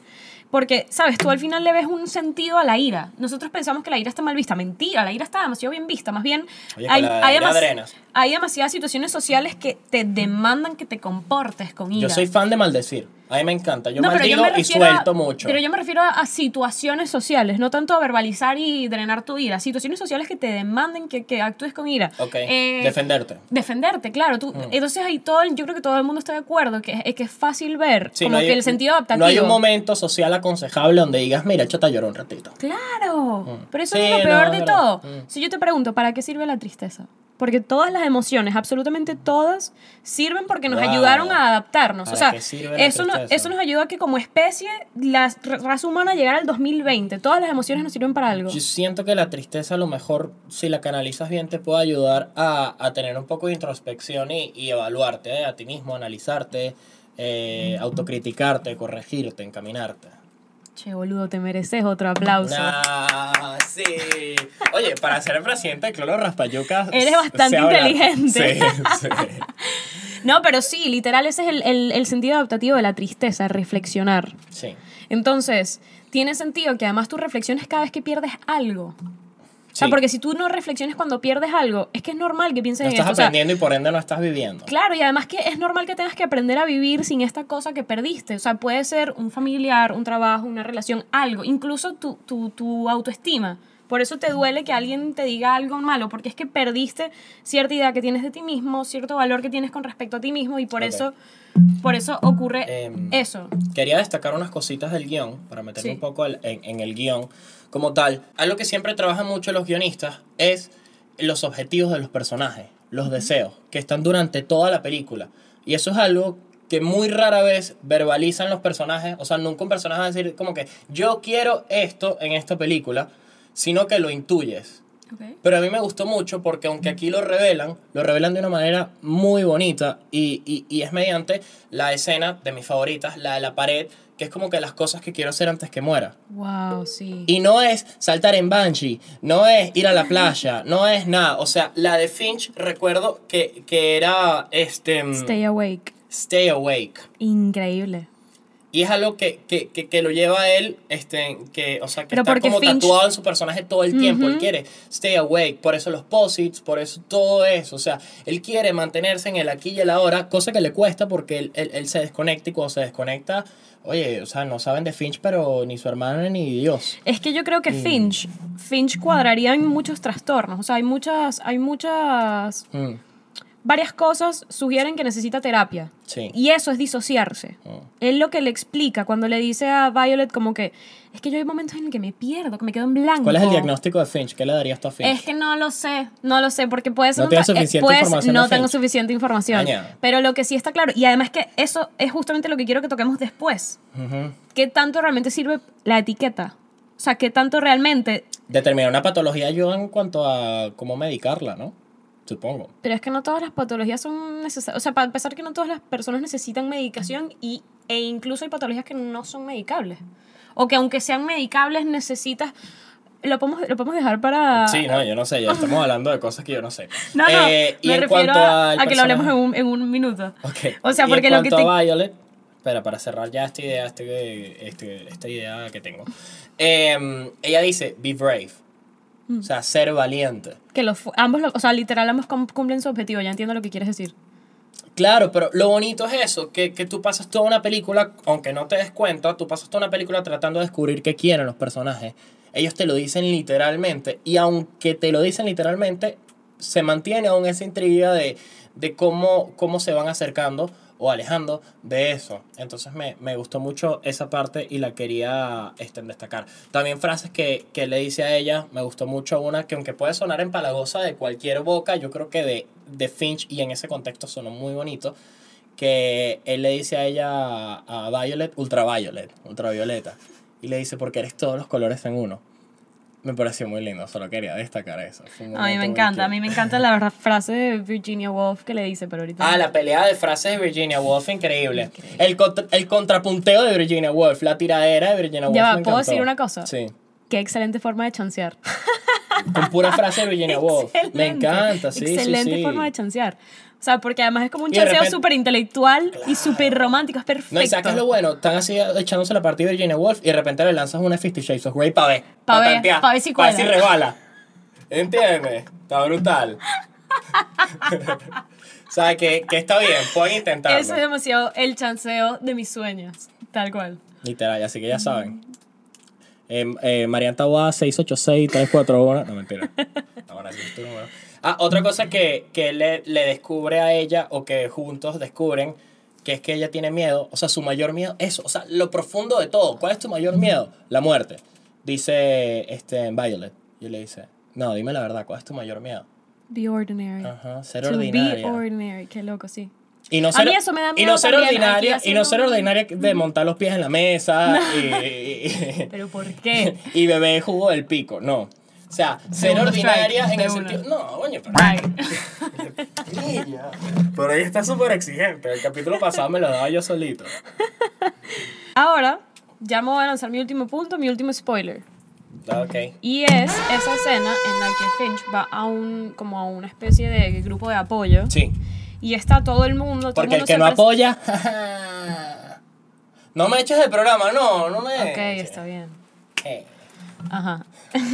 [SPEAKER 2] Porque, sabes, tú al final le ves un sentido a la ira. Nosotros pensamos que la ira está mal vista. Mentira, la ira está demasiado bien vista. Más bien,
[SPEAKER 1] Oye, con la ira
[SPEAKER 2] demasi-
[SPEAKER 1] drenas.
[SPEAKER 2] hay demasiadas situaciones sociales que te demandan que te comportes con ira
[SPEAKER 1] Yo soy fan de maldecir. A mí me encanta. Yo
[SPEAKER 2] no, pero yo
[SPEAKER 1] maldigo
[SPEAKER 2] me
[SPEAKER 1] y
[SPEAKER 2] refiero a-
[SPEAKER 1] suelto mucho.
[SPEAKER 2] Pero yo me refiero a, a situaciones sociales, no tanto a verbalizar y drenar tu ira. Situaciones sociales que te demanden que, que actúes con ira.
[SPEAKER 1] Ok, Mm.
[SPEAKER 2] Eh,
[SPEAKER 1] defenderte.
[SPEAKER 2] Defenderte, claro. Tú, Entonces ahí todo, el- yo creo que todo el mundo está de acuerdo que, es que es fácil ver
[SPEAKER 1] Sí,
[SPEAKER 2] como
[SPEAKER 1] no hay-
[SPEAKER 2] que el sentido adaptativo.
[SPEAKER 1] No hay un momento social aconsejable donde digas, mira, échate a llorar un ratito.
[SPEAKER 2] Claro, pero eso
[SPEAKER 1] Mm. Sí,
[SPEAKER 2] es lo
[SPEAKER 1] no,
[SPEAKER 2] peor
[SPEAKER 1] es
[SPEAKER 2] de
[SPEAKER 1] verdad.
[SPEAKER 2] todo.
[SPEAKER 1] Mm.
[SPEAKER 2] Si yo te pregunto, ¿para qué sirve la tristeza? Porque todas las emociones, absolutamente todas, sirven porque nos
[SPEAKER 1] Wow.
[SPEAKER 2] ayudaron a adaptarnos. O
[SPEAKER 1] ¿Para
[SPEAKER 2] sea,
[SPEAKER 1] qué sirve la
[SPEAKER 2] eso, no-
[SPEAKER 1] tristeza?
[SPEAKER 2] eso nos ayudó a que como especie, la raza humana llegara al 2020. Todas las emociones nos sirven para algo.
[SPEAKER 1] Yo siento que la tristeza a lo mejor, si la canalizas bien, te puede ayudar a, a tener un poco de introspección y, y evaluarte ¿eh? a ti mismo, analizarte, eh, autocriticarte, corregirte, encaminarte.
[SPEAKER 2] Che, boludo, te mereces otro aplauso.
[SPEAKER 1] Nah, sí. Oye, para ser el presidente de Cloro Raspayucas.
[SPEAKER 2] Eres
[SPEAKER 1] sé
[SPEAKER 2] bastante
[SPEAKER 1] hablar.
[SPEAKER 2] inteligente.
[SPEAKER 1] Sí, sí.
[SPEAKER 2] No, pero sí, literal, ese es el, el- el sentido adaptativo de la tristeza, reflexionar.
[SPEAKER 1] Sí.
[SPEAKER 2] Entonces, tiene sentido que además tú reflexiones cada vez que pierdes algo. O sea,
[SPEAKER 1] Sí.
[SPEAKER 2] Ah, porque si tú no reflexiones cuando pierdes algo, es que es normal que pienses
[SPEAKER 1] No
[SPEAKER 2] en
[SPEAKER 1] estás
[SPEAKER 2] esto. O sea,
[SPEAKER 1] aprendiendo y por ende no estás viviendo.
[SPEAKER 2] Claro, y además que es normal que tengas que aprender a vivir sin esta cosa que perdiste. O sea, puede ser un familiar, un trabajo, una relación, algo, incluso tu, tu, tu autoestima. Por eso te duele que alguien te diga algo malo, porque es que perdiste cierta idea que tienes de ti mismo, cierto valor que tienes con respecto a ti mismo, y por
[SPEAKER 1] Ok.
[SPEAKER 2] eso por eso ocurre
[SPEAKER 1] Em,
[SPEAKER 2] eso.
[SPEAKER 1] Quería destacar unas cositas del guión, para meterme
[SPEAKER 2] Sí.
[SPEAKER 1] un poco al- en, en el guión como tal. Algo que siempre trabajan mucho los guionistas es los objetivos de los personajes, los deseos, que están durante toda la película. Y eso es algo que muy rara vez verbalizan los personajes, o sea, nunca un personaje va a decir como que yo quiero esto en esta película, sino que lo intuyes. Pero a mí me gustó mucho porque aunque aquí lo revelan, lo revelan de una manera muy bonita y, y- y es mediante la escena de mis favoritas, la de la pared, que es como que las cosas que quiero hacer antes que muera.
[SPEAKER 2] Wow, sí.
[SPEAKER 1] Y no es saltar en banshee, no es ir a la playa, no es nada. O sea, la de Finch recuerdo que, que era este, mm,
[SPEAKER 2] Stay awake.
[SPEAKER 1] stay awake.
[SPEAKER 2] Increíble.
[SPEAKER 1] Y es algo que, que, que, que lo lleva a él, este, que, o sea, que
[SPEAKER 2] Pero
[SPEAKER 1] está
[SPEAKER 2] porque
[SPEAKER 1] como
[SPEAKER 2] Finch-
[SPEAKER 1] tatuado en su personaje todo el tiempo. Él quiere stay awake, por eso los posits, por eso todo eso. O sea, él quiere mantenerse en el aquí y el ahora, cosa que le cuesta porque él, él- él se desconecta y cuando se desconecta, oye, o sea, no saben de Finch, pero ni su hermano ni Dios.
[SPEAKER 2] Es que yo creo que Finch, Finch cuadraría en muchos trastornos. O sea, hay muchas, hay muchas
[SPEAKER 1] Mm,
[SPEAKER 2] varias cosas sugieren que necesita terapia.
[SPEAKER 1] sí.
[SPEAKER 2] Y eso es disociarse.
[SPEAKER 1] Mm.
[SPEAKER 2] Él lo que le explica cuando le dice a Violet como que, es que yo hay momentos en los que me pierdo, que me quedo en blanco.
[SPEAKER 1] ¿Cuál es el diagnóstico de Finch? ¿Qué le darías tú a Finch?
[SPEAKER 2] Es que no lo sé, no lo sé, porque puede ser...
[SPEAKER 1] No
[SPEAKER 2] un
[SPEAKER 1] tienes
[SPEAKER 2] tra- eh,
[SPEAKER 1] suficiente
[SPEAKER 2] puede ser-
[SPEAKER 1] información de
[SPEAKER 2] No tengo
[SPEAKER 1] Finch.
[SPEAKER 2] suficiente información.
[SPEAKER 1] Añado.
[SPEAKER 2] Pero lo que sí está claro, y además que eso es justamente lo que quiero que toquemos después.
[SPEAKER 1] Ujú.
[SPEAKER 2] ¿Qué tanto realmente sirve la etiqueta? O sea, ¿qué tanto realmente?
[SPEAKER 1] Determinar una patología yo en cuanto a cómo medicarla, ¿no? Supongo.
[SPEAKER 2] Pero es que no todas las patologías son necesarias. O sea, para empezar que no todas las personas necesitan medicación y, e incluso hay patologías que no son medicables. O que aunque sean medicables necesitas... Lo podemos, lo podemos dejar para...
[SPEAKER 1] Sí, no, yo no sé, ya estamos hablando de cosas que yo no sé.
[SPEAKER 2] No, no,
[SPEAKER 1] Eh,
[SPEAKER 2] me
[SPEAKER 1] en
[SPEAKER 2] refiero
[SPEAKER 1] cuanto
[SPEAKER 2] a,
[SPEAKER 1] al
[SPEAKER 2] a que lo hablemos en
[SPEAKER 1] personaje-
[SPEAKER 2] un, en un minuto.
[SPEAKER 1] Ok.
[SPEAKER 2] O sea,
[SPEAKER 1] Y
[SPEAKER 2] porque
[SPEAKER 1] en
[SPEAKER 2] lo que
[SPEAKER 1] cuanto
[SPEAKER 2] te-
[SPEAKER 1] a Violet, espera, para cerrar ya esta idea, este, este- esta idea que tengo. Em, ella dice, be brave.
[SPEAKER 2] Mm.
[SPEAKER 1] O sea, ser valiente.
[SPEAKER 2] Que los, fu- ambos, lo- o sea, literal, ambos cum- cumplen su objetivo. Ya entiendo lo que quieres decir.
[SPEAKER 1] Claro, pero lo bonito es eso, que, que tú pasas toda una película, aunque no te des cuenta, tú pasas toda una película tratando de descubrir qué quieren los personajes. Ellos te lo dicen literalmente, y aunque te lo dicen literalmente, se mantiene aún esa intriga de, de cómo, cómo se van acercando o alejando de eso. Entonces me, me gustó mucho esa parte y la quería este, destacar. También frases que, que le dice a ella, me gustó mucho una que aunque puede sonar empalagosa de cualquier boca, yo creo que de, de Finch y en ese contexto sonó muy bonito, que él le dice a ella, a Violet, ultraviolet, ultravioleta, y le dice porque eres todos los colores en uno. Me pareció muy lindo, solo quería destacar eso. Fue un
[SPEAKER 2] A mí
[SPEAKER 1] momento
[SPEAKER 2] me
[SPEAKER 1] muy
[SPEAKER 2] encanta. A
[SPEAKER 1] cute.
[SPEAKER 2] mí me encanta la verdad frase de Virginia Woolf que le dice, pero ahorita...
[SPEAKER 1] Ah, la pelea de frases de Virginia Woolf, increíble. El, contra- el contrapunteo de Virginia Woolf, la tiradera de Virginia Woolf.
[SPEAKER 2] va,
[SPEAKER 1] me
[SPEAKER 2] ¿puedo
[SPEAKER 1] encantó.
[SPEAKER 2] decir una cosa?
[SPEAKER 1] Sí.
[SPEAKER 2] Qué excelente forma de chancear.
[SPEAKER 1] Con pura frase de Virginia Woolf. Me
[SPEAKER 2] Excelente.
[SPEAKER 1] encanta, sí, sí,
[SPEAKER 2] Excelente
[SPEAKER 1] sí.
[SPEAKER 2] forma de chancear. O sea, porque además es como un
[SPEAKER 1] Y de
[SPEAKER 2] chanceo
[SPEAKER 1] repente-
[SPEAKER 2] súper intelectual y súper romántico. Es perfecto.
[SPEAKER 1] No, y sacas lo bueno, están así echándose la partida de Virginia Woolf y de repente le lanzas una Fifty Shades of Grey para ver.
[SPEAKER 2] Pa'
[SPEAKER 1] pa'
[SPEAKER 2] ver,
[SPEAKER 1] tantear,
[SPEAKER 2] pa' ver si
[SPEAKER 1] pa'
[SPEAKER 2] cuela.
[SPEAKER 1] resbala. ¿Entiendes? Está brutal. o sea, que, que está bien, pueden intentarlo.
[SPEAKER 2] Eso es demasiado el chanceo de mis sueños. Tal cual.
[SPEAKER 1] Literal, así que ya saben. Eh, eh, Marian Taboada, 686-341. No, mentira. Ahora sí es tu número. Ah, otra cosa que, que le, le descubre a ella o que juntos descubren que es que ella tiene miedo. O sea, su mayor miedo, eso. O sea, lo profundo de todo. ¿Cuál es tu mayor miedo? La muerte. Dice este, Violet. Y le dice, no, dime la verdad, ¿cuál es tu mayor miedo?
[SPEAKER 2] Be ordinary.
[SPEAKER 1] Ajá, ser
[SPEAKER 2] To be
[SPEAKER 1] ordinaria.
[SPEAKER 2] ordinary. Qué loco, sí.
[SPEAKER 1] Y no
[SPEAKER 2] A
[SPEAKER 1] ser,
[SPEAKER 2] mí eso me da
[SPEAKER 1] y
[SPEAKER 2] miedo
[SPEAKER 1] no ser
[SPEAKER 2] también, hay que
[SPEAKER 1] ordinaria, y no
[SPEAKER 2] hacerlo.
[SPEAKER 1] ser ordinaria de montar los pies en la mesa y- y-
[SPEAKER 2] ¿Pero por qué?
[SPEAKER 1] y bebé jugó del pico, no. O sea, ser
[SPEAKER 2] Segundo
[SPEAKER 1] ordinaria
[SPEAKER 2] strike,
[SPEAKER 1] en
[SPEAKER 2] de
[SPEAKER 1] el
[SPEAKER 2] una.
[SPEAKER 1] sentido. No, coño, pero.
[SPEAKER 2] Ay.
[SPEAKER 1] Ella. Pero ella está súper exigente. El capítulo pasado me lo daba yo solito.
[SPEAKER 2] Ahora, ya me voy a lanzar mi último punto, mi último spoiler.
[SPEAKER 1] Ah, Ok.
[SPEAKER 2] Y es esa escena en la que Finch va a un, como a una especie de grupo de apoyo
[SPEAKER 1] Sí.
[SPEAKER 2] y está todo el mundo. todo
[SPEAKER 1] Porque el
[SPEAKER 2] mundo
[SPEAKER 1] que
[SPEAKER 2] se
[SPEAKER 1] no
[SPEAKER 2] presen-
[SPEAKER 1] apoya. no me eches del programa, no, no me.
[SPEAKER 2] Ok,
[SPEAKER 1] eches.
[SPEAKER 2] está bien.
[SPEAKER 1] Eh,
[SPEAKER 2] Ajá.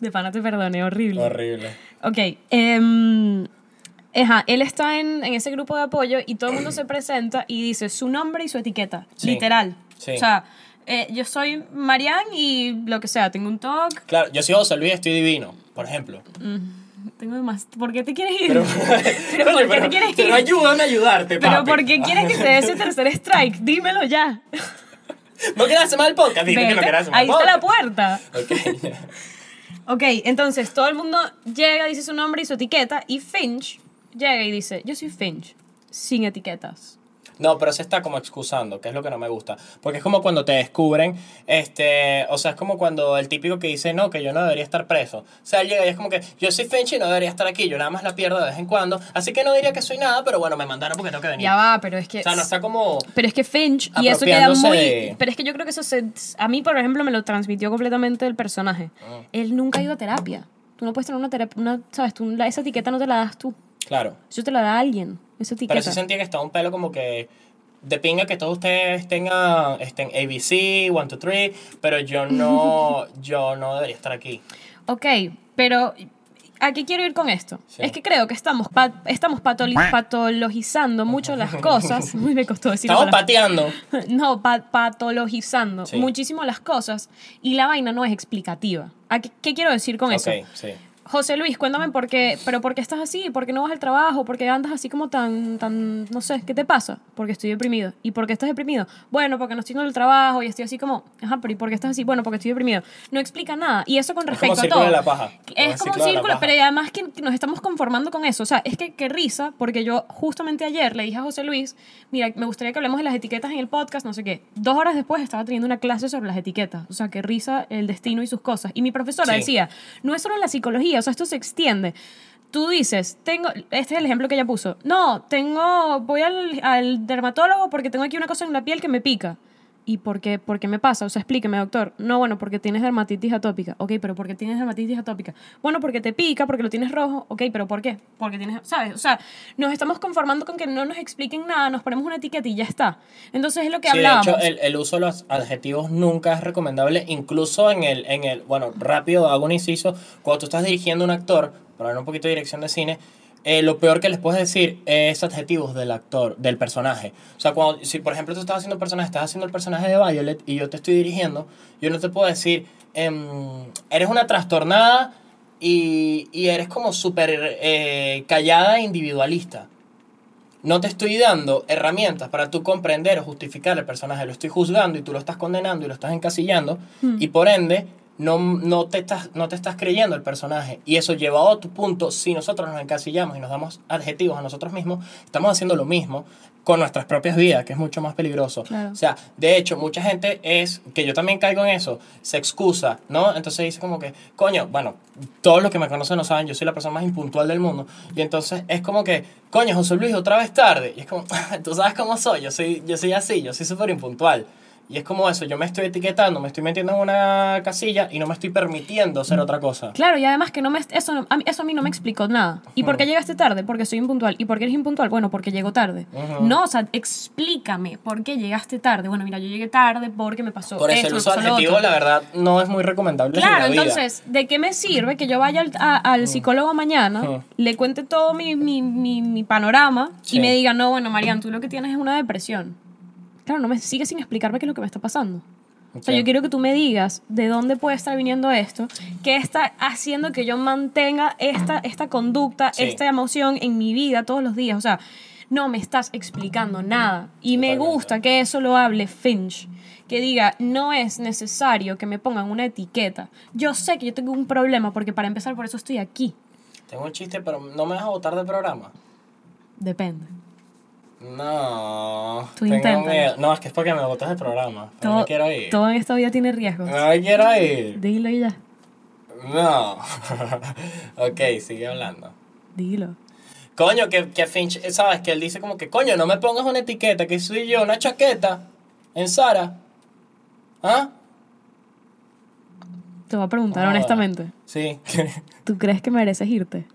[SPEAKER 2] De pana te perdoné, horrible.
[SPEAKER 1] Horrible.
[SPEAKER 2] Ok. em, ajá, él está en, en ese grupo de apoyo y todo el mundo se presenta y dice su nombre y su etiqueta.
[SPEAKER 1] Sí.
[SPEAKER 2] Literal.
[SPEAKER 1] Sí.
[SPEAKER 2] O sea, eh, yo soy Marian y lo que sea, tengo un TOC,
[SPEAKER 1] Claro, yo soy José Luis, estoy divino, por ejemplo.
[SPEAKER 2] tengo más. ¿Por qué te quieres ir?
[SPEAKER 1] Pero,
[SPEAKER 2] ¿Pero
[SPEAKER 1] Coño,
[SPEAKER 2] ¿por qué
[SPEAKER 1] pero-
[SPEAKER 2] te quieres
[SPEAKER 1] pero
[SPEAKER 2] ir?
[SPEAKER 1] ayúdame a ayudarte,
[SPEAKER 2] ¿Pero
[SPEAKER 1] papi.
[SPEAKER 2] por qué quieres que te dé ese tercer strike? Dímelo ya.
[SPEAKER 1] ¿No quieres hacer mal el podcast? Dime que no
[SPEAKER 2] Vete.
[SPEAKER 1] quieras hacer mal
[SPEAKER 2] Ahí
[SPEAKER 1] el
[SPEAKER 2] está la
[SPEAKER 1] podcast. Ok.
[SPEAKER 2] puerta. Ok, entonces todo el mundo llega, dice su nombre y su etiqueta y Finch llega y dice, yo soy Finch, sin etiquetas.
[SPEAKER 1] No, pero se está como excusando, que es lo que no me gusta. Porque es como cuando te descubren, este, o sea, es como cuando el típico que dice, no, que yo no debería estar preso. O sea, él llega y es como que, yo soy Finch y no debería estar aquí, yo nada más la pierdo de vez en cuando, así que no diría que soy nada, pero bueno, me mandaron porque tengo que venir.
[SPEAKER 2] Ya va, pero es que...
[SPEAKER 1] O sea, no está como...
[SPEAKER 2] Pero es que Finch, y eso queda
[SPEAKER 1] Apropiándose
[SPEAKER 2] muy...
[SPEAKER 1] de-
[SPEAKER 2] Pero es que yo creo que eso se... A mí, por ejemplo, me lo transmitió completamente el personaje.
[SPEAKER 1] Ah.
[SPEAKER 2] Él nunca ha ido a terapia. Tú no puedes tener una terapia, una, ¿sabes? Tú, la- esa etiqueta no te la das tú.
[SPEAKER 1] Claro.
[SPEAKER 2] Eso te la da alguien. Esa etiqueta.
[SPEAKER 1] Pero sí sentía que estaba un pelo como que... De pinga que todos ustedes tengan, estén ABC, 1, 2, 3, pero yo no, yo no debería estar aquí.
[SPEAKER 2] Ok, pero ¿a qué quiero ir con esto?
[SPEAKER 1] Sí.
[SPEAKER 2] Es que creo que estamos, pa- estamos patoli- patologizando mucho las cosas. Uy, me costó decir la
[SPEAKER 1] Estamos
[SPEAKER 2] palabra.
[SPEAKER 1] pateando.
[SPEAKER 2] No, pa- patologizando
[SPEAKER 1] Sí.
[SPEAKER 2] muchísimo las cosas y la vaina no es explicativa. ¿A qué, qué quiero decir con
[SPEAKER 1] Ok,
[SPEAKER 2] eso?
[SPEAKER 1] sí.
[SPEAKER 2] José Luis, cuéntame por qué, pero por qué estás así, por qué no vas al trabajo, por qué andas así como tan, tan, no sé, ¿qué te pasa? Porque estoy deprimido. ¿Y por qué estás deprimido? Bueno, porque no estoy en el trabajo y estoy así como, ajá, pero ¿y por qué estás así? Bueno, porque estoy deprimido. No explica nada. Y eso con
[SPEAKER 1] Es como
[SPEAKER 2] respecto a
[SPEAKER 1] círculo
[SPEAKER 2] todo.
[SPEAKER 1] de la paja.
[SPEAKER 2] Es como un
[SPEAKER 1] de la
[SPEAKER 2] círculo,
[SPEAKER 1] paja.
[SPEAKER 2] pero y además que que nos estamos conformando con eso. O sea, es que qué risa, porque yo justamente ayer le dije a José Luis, mira, me gustaría que hablemos de las etiquetas en el podcast, no sé qué. Dos horas después estaba teniendo una clase sobre las etiquetas. O sea, qué risa el destino y sus cosas. Y mi profesora
[SPEAKER 1] Sí.
[SPEAKER 2] decía, no es solo en la psicología, o sea, esto se extiende. Tú dices, tengo, este es el ejemplo que ella puso, no, tengo, voy al, al dermatólogo porque tengo aquí una cosa en la piel que me pica. ¿Y por qué, por qué me pasa? O sea, explíqueme, doctor. No, bueno, porque tienes dermatitis atópica. Ok, pero ¿por qué tienes dermatitis atópica? Bueno, porque te pica, porque lo tienes rojo. Ok, pero ¿por qué? Porque tienes, ¿sabes? O sea, nos estamos conformando con que no nos expliquen nada, nos ponemos una etiqueta y ya está. Entonces es lo que
[SPEAKER 1] Sí, de
[SPEAKER 2] hablábamos.
[SPEAKER 1] hecho, el, el uso de los adjetivos nunca es recomendable, incluso en el, en el, bueno, rápido hago un inciso, cuando tú estás dirigiendo a un actor, para hablar un poquito de dirección de cine, eh, lo peor que les puedes decir es adjetivos del actor, del personaje. O sea, cuando, si por ejemplo tú estás haciendo un personaje, estás haciendo el personaje de Violet y yo te estoy dirigiendo, yo no te puedo decir, em, eres una trastornada y, y eres como súper eh, callada e individualista. No te estoy dando herramientas para tú comprender o justificar el personaje. Lo estoy juzgando y tú lo estás condenando y lo estás encasillando. Y por ende, no, no, te estás, no te estás creyendo el personaje. Y eso lleva a otro punto. Si nosotros nos encasillamos y nos damos adjetivos a nosotros mismos, estamos haciendo lo mismo con nuestras propias vidas, que es mucho más peligroso.
[SPEAKER 2] Claro.
[SPEAKER 1] O sea, de hecho, mucha gente es, que yo también caigo en eso, se excusa, ¿no? Entonces dice como que, coño, bueno, todos los que me conocen no saben, yo soy la persona más impuntual del mundo. Y entonces es como que, coño, José Luis, otra vez tarde. Y es como, tú sabes cómo soy, yo soy, yo soy así, yo soy súper impuntual. Y es como eso, yo me estoy etiquetando, me estoy metiendo en una casilla y no me estoy permitiendo ser otra cosa.
[SPEAKER 2] Claro, y además que no me, eso, no- a mí- eso a mí no me explicó nada. ¿Y por qué llegaste tarde? Porque soy impuntual. ¿Y por qué eres impuntual? Bueno, porque llego tarde. No, o sea, explícame por qué llegaste tarde. Bueno, mira, yo llegué tarde porque me pasó
[SPEAKER 1] Por eso
[SPEAKER 2] esto,
[SPEAKER 1] el
[SPEAKER 2] me
[SPEAKER 1] uso
[SPEAKER 2] pasó lo
[SPEAKER 1] adjetivo,
[SPEAKER 2] otro.
[SPEAKER 1] la verdad, no es muy recomendable. en
[SPEAKER 2] Claro,
[SPEAKER 1] la vida.
[SPEAKER 2] entonces, ¿de qué me sirve que yo vaya al, a- al psicólogo mañana,
[SPEAKER 1] Ujú.
[SPEAKER 2] le cuente todo mi, mi- mi- mi panorama
[SPEAKER 1] Sí.
[SPEAKER 2] y me diga, no, bueno, Marian, tú lo que tienes es una depresión? Claro, no me sigue sin explicarme qué es lo que me está pasando. O sea,
[SPEAKER 1] Ok.
[SPEAKER 2] yo quiero que tú me digas de dónde puede estar viniendo esto, qué está haciendo que yo mantenga esta, esta conducta,
[SPEAKER 1] Sí.
[SPEAKER 2] esta emoción en mi vida todos los días. O sea, no me estás explicando nada. Y me
[SPEAKER 1] Totalmente.
[SPEAKER 2] gusta que eso lo hable Finch. Que diga, no es necesario que me pongan una etiqueta. Yo sé que yo tengo un problema porque para empezar por eso estoy aquí.
[SPEAKER 1] Tengo un chiste, pero no me vas a votar del programa.
[SPEAKER 2] Depende.
[SPEAKER 1] No.
[SPEAKER 2] Tú
[SPEAKER 1] tengo
[SPEAKER 2] inténtalo.
[SPEAKER 1] miedo. No, es que es porque me botas el programa. Pero
[SPEAKER 2] Todo,
[SPEAKER 1] no quiero ir. Ah.
[SPEAKER 2] todo en esta vida tiene riesgos.
[SPEAKER 1] No me quiero ir.
[SPEAKER 2] Dilo y ya.
[SPEAKER 1] No. ok, sigue hablando.
[SPEAKER 2] Dilo.
[SPEAKER 1] Coño, que, que Finch, eh, ¿sabes? Que él dice como que, coño, no me pongas una etiqueta, que soy yo, una chaqueta en Sara. ¿Ah?
[SPEAKER 2] Te voy a preguntar
[SPEAKER 1] Joda. Ah.
[SPEAKER 2] honestamente.
[SPEAKER 1] Sí.
[SPEAKER 2] ¿Tú crees que mereces irte?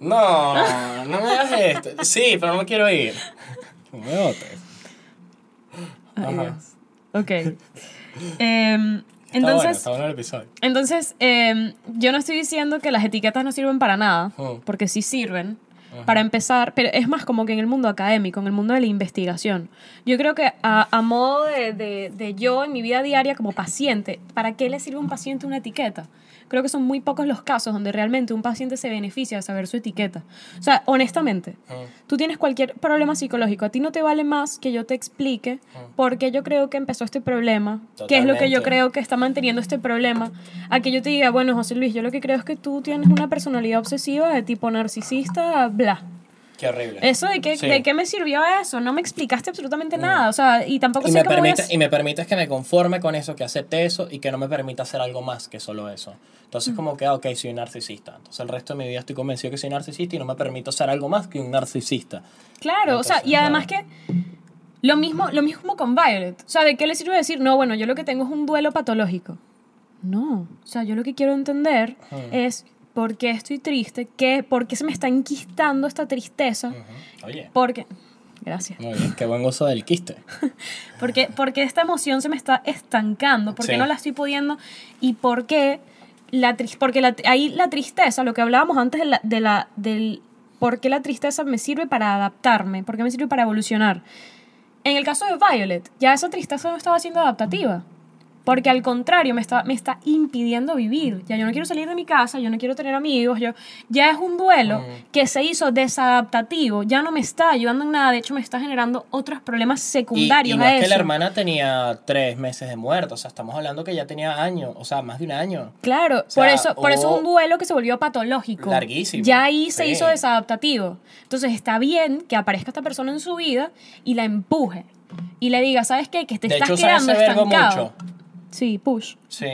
[SPEAKER 1] No, no me hagas esto. Sí, pero no quiero ir. No me botes.
[SPEAKER 2] Ay,
[SPEAKER 1] Ajá.
[SPEAKER 2] Dios. Ok. Em,
[SPEAKER 1] Está bueno,
[SPEAKER 2] entonces,
[SPEAKER 1] está bueno el episodio.
[SPEAKER 2] entonces em, yo no estoy diciendo que las etiquetas no sirven para nada,
[SPEAKER 1] Ujú.
[SPEAKER 2] porque sí sirven. Para empezar, pero es más como que en el mundo académico, en el mundo de la investigación. Yo creo que a, a modo de, de- de yo en mi vida diaria como paciente, ¿para qué le sirve a un paciente una etiqueta? Creo que son muy pocos los casos donde realmente un paciente se beneficia de saber su etiqueta. O sea, honestamente,
[SPEAKER 1] Ujú.
[SPEAKER 2] Tú tienes cualquier problema psicológico. A ti no te vale más que yo te explique por qué yo creo que empezó este problema, qué es lo que yo
[SPEAKER 1] Totalmente.
[SPEAKER 2] creo que está manteniendo este problema, a que yo te diga, bueno, José Luis, yo lo que creo es que tú tienes una personalidad obsesiva de tipo narcisista, bla.
[SPEAKER 1] Qué horrible.
[SPEAKER 2] Eso, ¿de qué,
[SPEAKER 1] Sí.
[SPEAKER 2] ¿de qué me sirvió eso? No me explicaste absolutamente nada. O sea, y tampoco
[SPEAKER 1] Y
[SPEAKER 2] sé
[SPEAKER 1] me,
[SPEAKER 2] cómo voy a-
[SPEAKER 1] permite, y me permites que me conforme con eso, que acepte eso y que no me permita hacer algo más que solo eso. Entonces,
[SPEAKER 2] Mm.
[SPEAKER 1] como que, ah, ok, soy un narcisista. Entonces, el resto de mi vida estoy convencido que soy narcisista y no me permito ser algo más que un narcisista.
[SPEAKER 2] Claro, o sea,
[SPEAKER 1] Entonces,
[SPEAKER 2] y además que lo mismo, lo mismo con Violet. O sea, ¿de qué le sirve decir, no, bueno, yo lo que tengo es un duelo patológico? No, o sea, yo lo que quiero entender es por qué estoy triste, qué, por qué se me está enquistando esta tristeza,
[SPEAKER 1] Mm. Ujú. Oye,
[SPEAKER 2] porque... Gracias.
[SPEAKER 1] muy bien, qué buen gozo del quiste.
[SPEAKER 2] Porque, porque esta emoción se me está estancando, porque
[SPEAKER 1] Sí.
[SPEAKER 2] no la estoy pudiendo y por qué la tris- porque la- ahí la tristeza, lo que hablábamos antes de la, de la- del por qué la tristeza me sirve para adaptarme, por qué me sirve para evolucionar. En el caso de Violet, ya esa tristeza no estaba siendo adaptativa. Porque al contrario, me está, me está impidiendo vivir. Ya yo no quiero salir de mi casa, yo no quiero tener amigos, yo ya es un duelo que se hizo desadaptativo, ya no me está ayudando en nada, de hecho me está generando otros problemas
[SPEAKER 1] Y,
[SPEAKER 2] secundarios
[SPEAKER 1] y no
[SPEAKER 2] a
[SPEAKER 1] es que
[SPEAKER 2] eso.
[SPEAKER 1] la hermana tenía tres meses de muerto, o sea, estamos hablando que ya tenía años, o sea, más de un año.
[SPEAKER 2] Claro,
[SPEAKER 1] sea,
[SPEAKER 2] por, eso, por eso
[SPEAKER 1] hubo-
[SPEAKER 2] un duelo que se volvió patológico.
[SPEAKER 1] Larguísimo.
[SPEAKER 2] Ya ahí se
[SPEAKER 1] Sí.
[SPEAKER 2] hizo desadaptativo. Entonces está bien que aparezca esta persona en su vida y la empuje. Y le diga, ¿sabes qué? Que te
[SPEAKER 1] de
[SPEAKER 2] estás
[SPEAKER 1] hecho, usa
[SPEAKER 2] quedando
[SPEAKER 1] ese verbo
[SPEAKER 2] estancado.
[SPEAKER 1] mucho.
[SPEAKER 2] Sí, push.
[SPEAKER 1] Sí.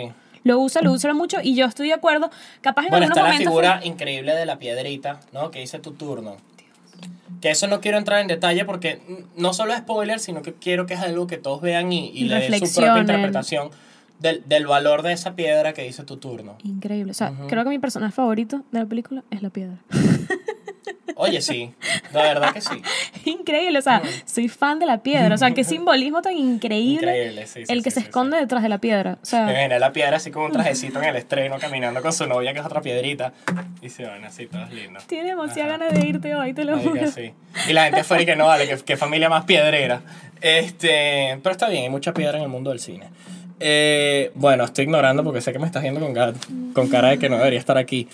[SPEAKER 2] Lo usa, lo usa mucho y yo estoy de acuerdo. Capaz en
[SPEAKER 1] Bueno,
[SPEAKER 2] algunos
[SPEAKER 1] está la
[SPEAKER 2] momentos.
[SPEAKER 1] figura increíble de la piedrita, ¿no? Que dice tu turno. Que eso no quiero entrar en detalle porque mm, no solo es spoiler, sino que quiero que es algo que todos vean y, y
[SPEAKER 2] Y
[SPEAKER 1] le den su propia
[SPEAKER 2] reflexionen.
[SPEAKER 1] interpretación del, del valor de esa piedra que dice tu turno.
[SPEAKER 2] Increíble. O sea, creo que mi personaje favorito de la película es la piedra.
[SPEAKER 1] Oye, sí, la verdad que sí.
[SPEAKER 2] increíble. O sea, soy fan de la piedra. O sea, qué simbolismo tan increíble.
[SPEAKER 1] Increíble, sí, sí,
[SPEAKER 2] el que
[SPEAKER 1] sí,
[SPEAKER 2] se
[SPEAKER 1] sí,
[SPEAKER 2] esconde detrás de la piedra. O sea,
[SPEAKER 1] Me viene la piedra así como un trajecito en el estreno caminando con su novia, que es otra piedrita. Y se van así, todos lindos.
[SPEAKER 2] tiene demasiada ganas de irte hoy, te lo
[SPEAKER 1] Marica,
[SPEAKER 2] juro.
[SPEAKER 1] sí. Y la gente fue y que no vale, que, que familia más piedrera. Este, pero está bien, hay mucha piedra en el mundo del cine. Eh, bueno, estoy ignorando porque sé que me estás viendo con, ga- con cara de que no debería estar aquí.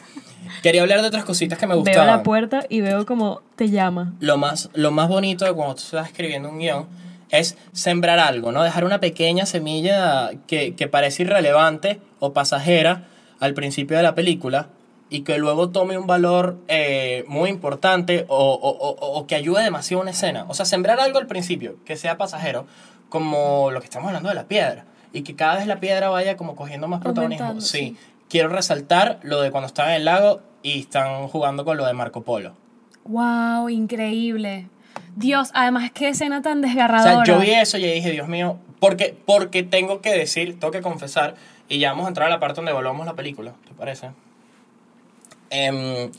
[SPEAKER 1] Quería hablar de otras cositas que me
[SPEAKER 2] Veo
[SPEAKER 1] gustaban.
[SPEAKER 2] la puerta y veo como te llama.
[SPEAKER 1] lo, más, lo más bonito de cuando tú estás escribiendo un guión es sembrar algo, ¿no? Dejar una pequeña semilla que, que parece irrelevante o pasajera al principio de la película y que luego tome un valor eh, muy importante o, o- o- o que ayude demasiado a una escena. O sea, sembrar algo al principio que sea pasajero, como lo que estamos hablando de la piedra, y que cada vez la piedra vaya como cogiendo más protagonismo.
[SPEAKER 2] Aumentando,
[SPEAKER 1] Sí,
[SPEAKER 2] sí.
[SPEAKER 1] quiero resaltar lo de cuando están en el lago y están jugando con lo de Marco Polo.
[SPEAKER 2] ¡Wow! Increíble. Dios, además, qué escena tan
[SPEAKER 1] O sea,
[SPEAKER 2] desgarradora.
[SPEAKER 1] yo vi eso y yo dije, Dios mío, porque, porque tengo que decir, tengo que confesar, y ya vamos a entrar a la parte donde evaluamos la película, ¿te parece? Em,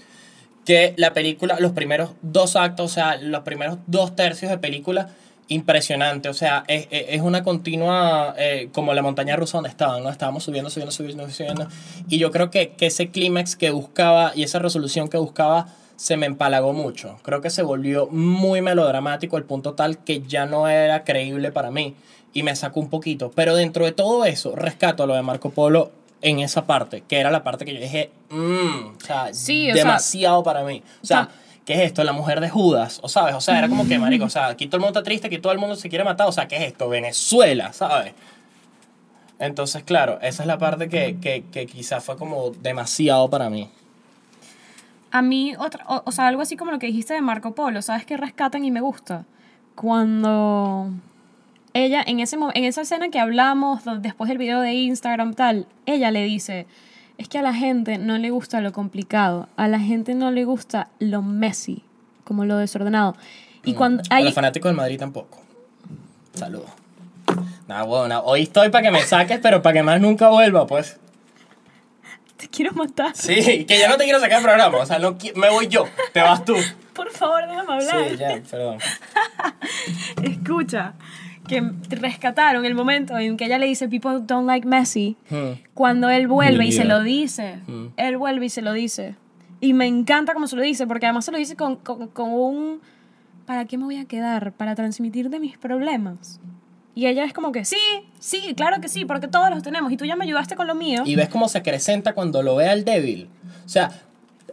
[SPEAKER 1] que la película, los primeros dos actos, o sea, los primeros dos tercios de película, impresionante, o sea, es, es- es una continua, eh, como la montaña rusa donde estaban, ¿no? Estábamos subiendo, subiendo, subiendo, subiendo, y yo creo que, que ese clímax que buscaba y esa resolución que buscaba se me empalagó mucho, creo que se volvió muy melodramático al punto tal que ya no era creíble para mí y me sacó un poquito, pero dentro de todo eso rescato lo de Marco Polo en esa parte, que era la parte que yo dije, mmm, o sea,
[SPEAKER 2] Sí, o
[SPEAKER 1] demasiado
[SPEAKER 2] sea,
[SPEAKER 1] demasiado para mí. O sea,
[SPEAKER 2] Tam-
[SPEAKER 1] ¿qué es esto? La mujer de Judas, ¿o sabes? O sea, era como que, marico, o sea, aquí todo el mundo está triste, aquí todo el mundo se quiere matar, o sea, ¿qué es esto? Venezuela, ¿sabes? Entonces, claro, esa es la parte que, que, que quizás fue como demasiado para mí.
[SPEAKER 2] A mí, otra, o, o sea, algo así como lo que dijiste de Marco Polo, ¿sabes qué rescatan y me gusta? Cuando ella, en, ese, mo- en esa escena que hablamos do- después del video de Instagram, tal, ella le dice, es que a la gente no le gusta lo complicado, a la gente no le gusta lo messy, como lo desordenado.
[SPEAKER 1] Mm.
[SPEAKER 2] Y cuando...
[SPEAKER 1] A
[SPEAKER 2] ahí-
[SPEAKER 1] los fanáticos del Madrid tampoco. Saludos. Nada, bueno, hoy estoy para que me saques, pero para que más nunca vuelva, pues.
[SPEAKER 2] Te quiero matar.
[SPEAKER 1] Sí, que ya no te quiero sacar el programa. O sea, no qui- me voy yo. Te vas tú.
[SPEAKER 2] Por favor, déjame hablar.
[SPEAKER 1] Sí, ya, perdón.
[SPEAKER 2] Escucha, que rescataron el momento en que ella le dice people don't like Messi.
[SPEAKER 1] Hmm.
[SPEAKER 2] Cuando él vuelve
[SPEAKER 1] Mi
[SPEAKER 2] y se
[SPEAKER 1] vida.
[SPEAKER 2] lo dice. Él vuelve y se lo dice. Y me encanta cómo se lo dice, porque además se lo dice con, con- con un... ¿Para qué me voy a quedar? Para transmitir de mis problemas. Y ella es como que, sí, sí, claro que sí, porque todos los tenemos. Y tú ya me ayudaste con lo mío.
[SPEAKER 1] Y ves cómo se acrecenta cuando lo ve al débil. O sea,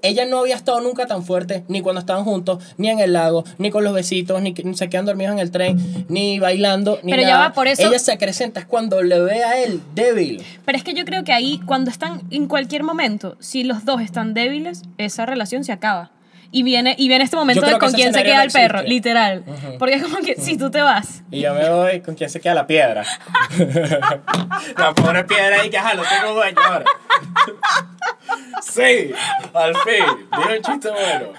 [SPEAKER 1] ella no había estado nunca tan fuerte, ni cuando estaban juntos, ni en el lago, ni con los besitos, ni que- se quedan dormidos en el tren, ni bailando, ni
[SPEAKER 2] Pero ya
[SPEAKER 1] nada.
[SPEAKER 2] va, por eso-
[SPEAKER 1] Ella se acrecenta es cuando le ve a él débil.
[SPEAKER 2] Pero es que yo creo que ahí, cuando están en cualquier momento, si los dos están débiles, esa relación se acaba. Y viene, y viene este momento
[SPEAKER 1] creo
[SPEAKER 2] de
[SPEAKER 1] que
[SPEAKER 2] con
[SPEAKER 1] ese
[SPEAKER 2] quién se
[SPEAKER 1] escenario
[SPEAKER 2] queda
[SPEAKER 1] no
[SPEAKER 2] el perro,
[SPEAKER 1] existe.
[SPEAKER 2] literal. Porque es como que si tú te vas.
[SPEAKER 1] Y yo me voy con quien se queda la piedra. la pobre piedra ahí que, ajá, lo tengo dueño ahora. sí, al fin. Dije un chiste bueno.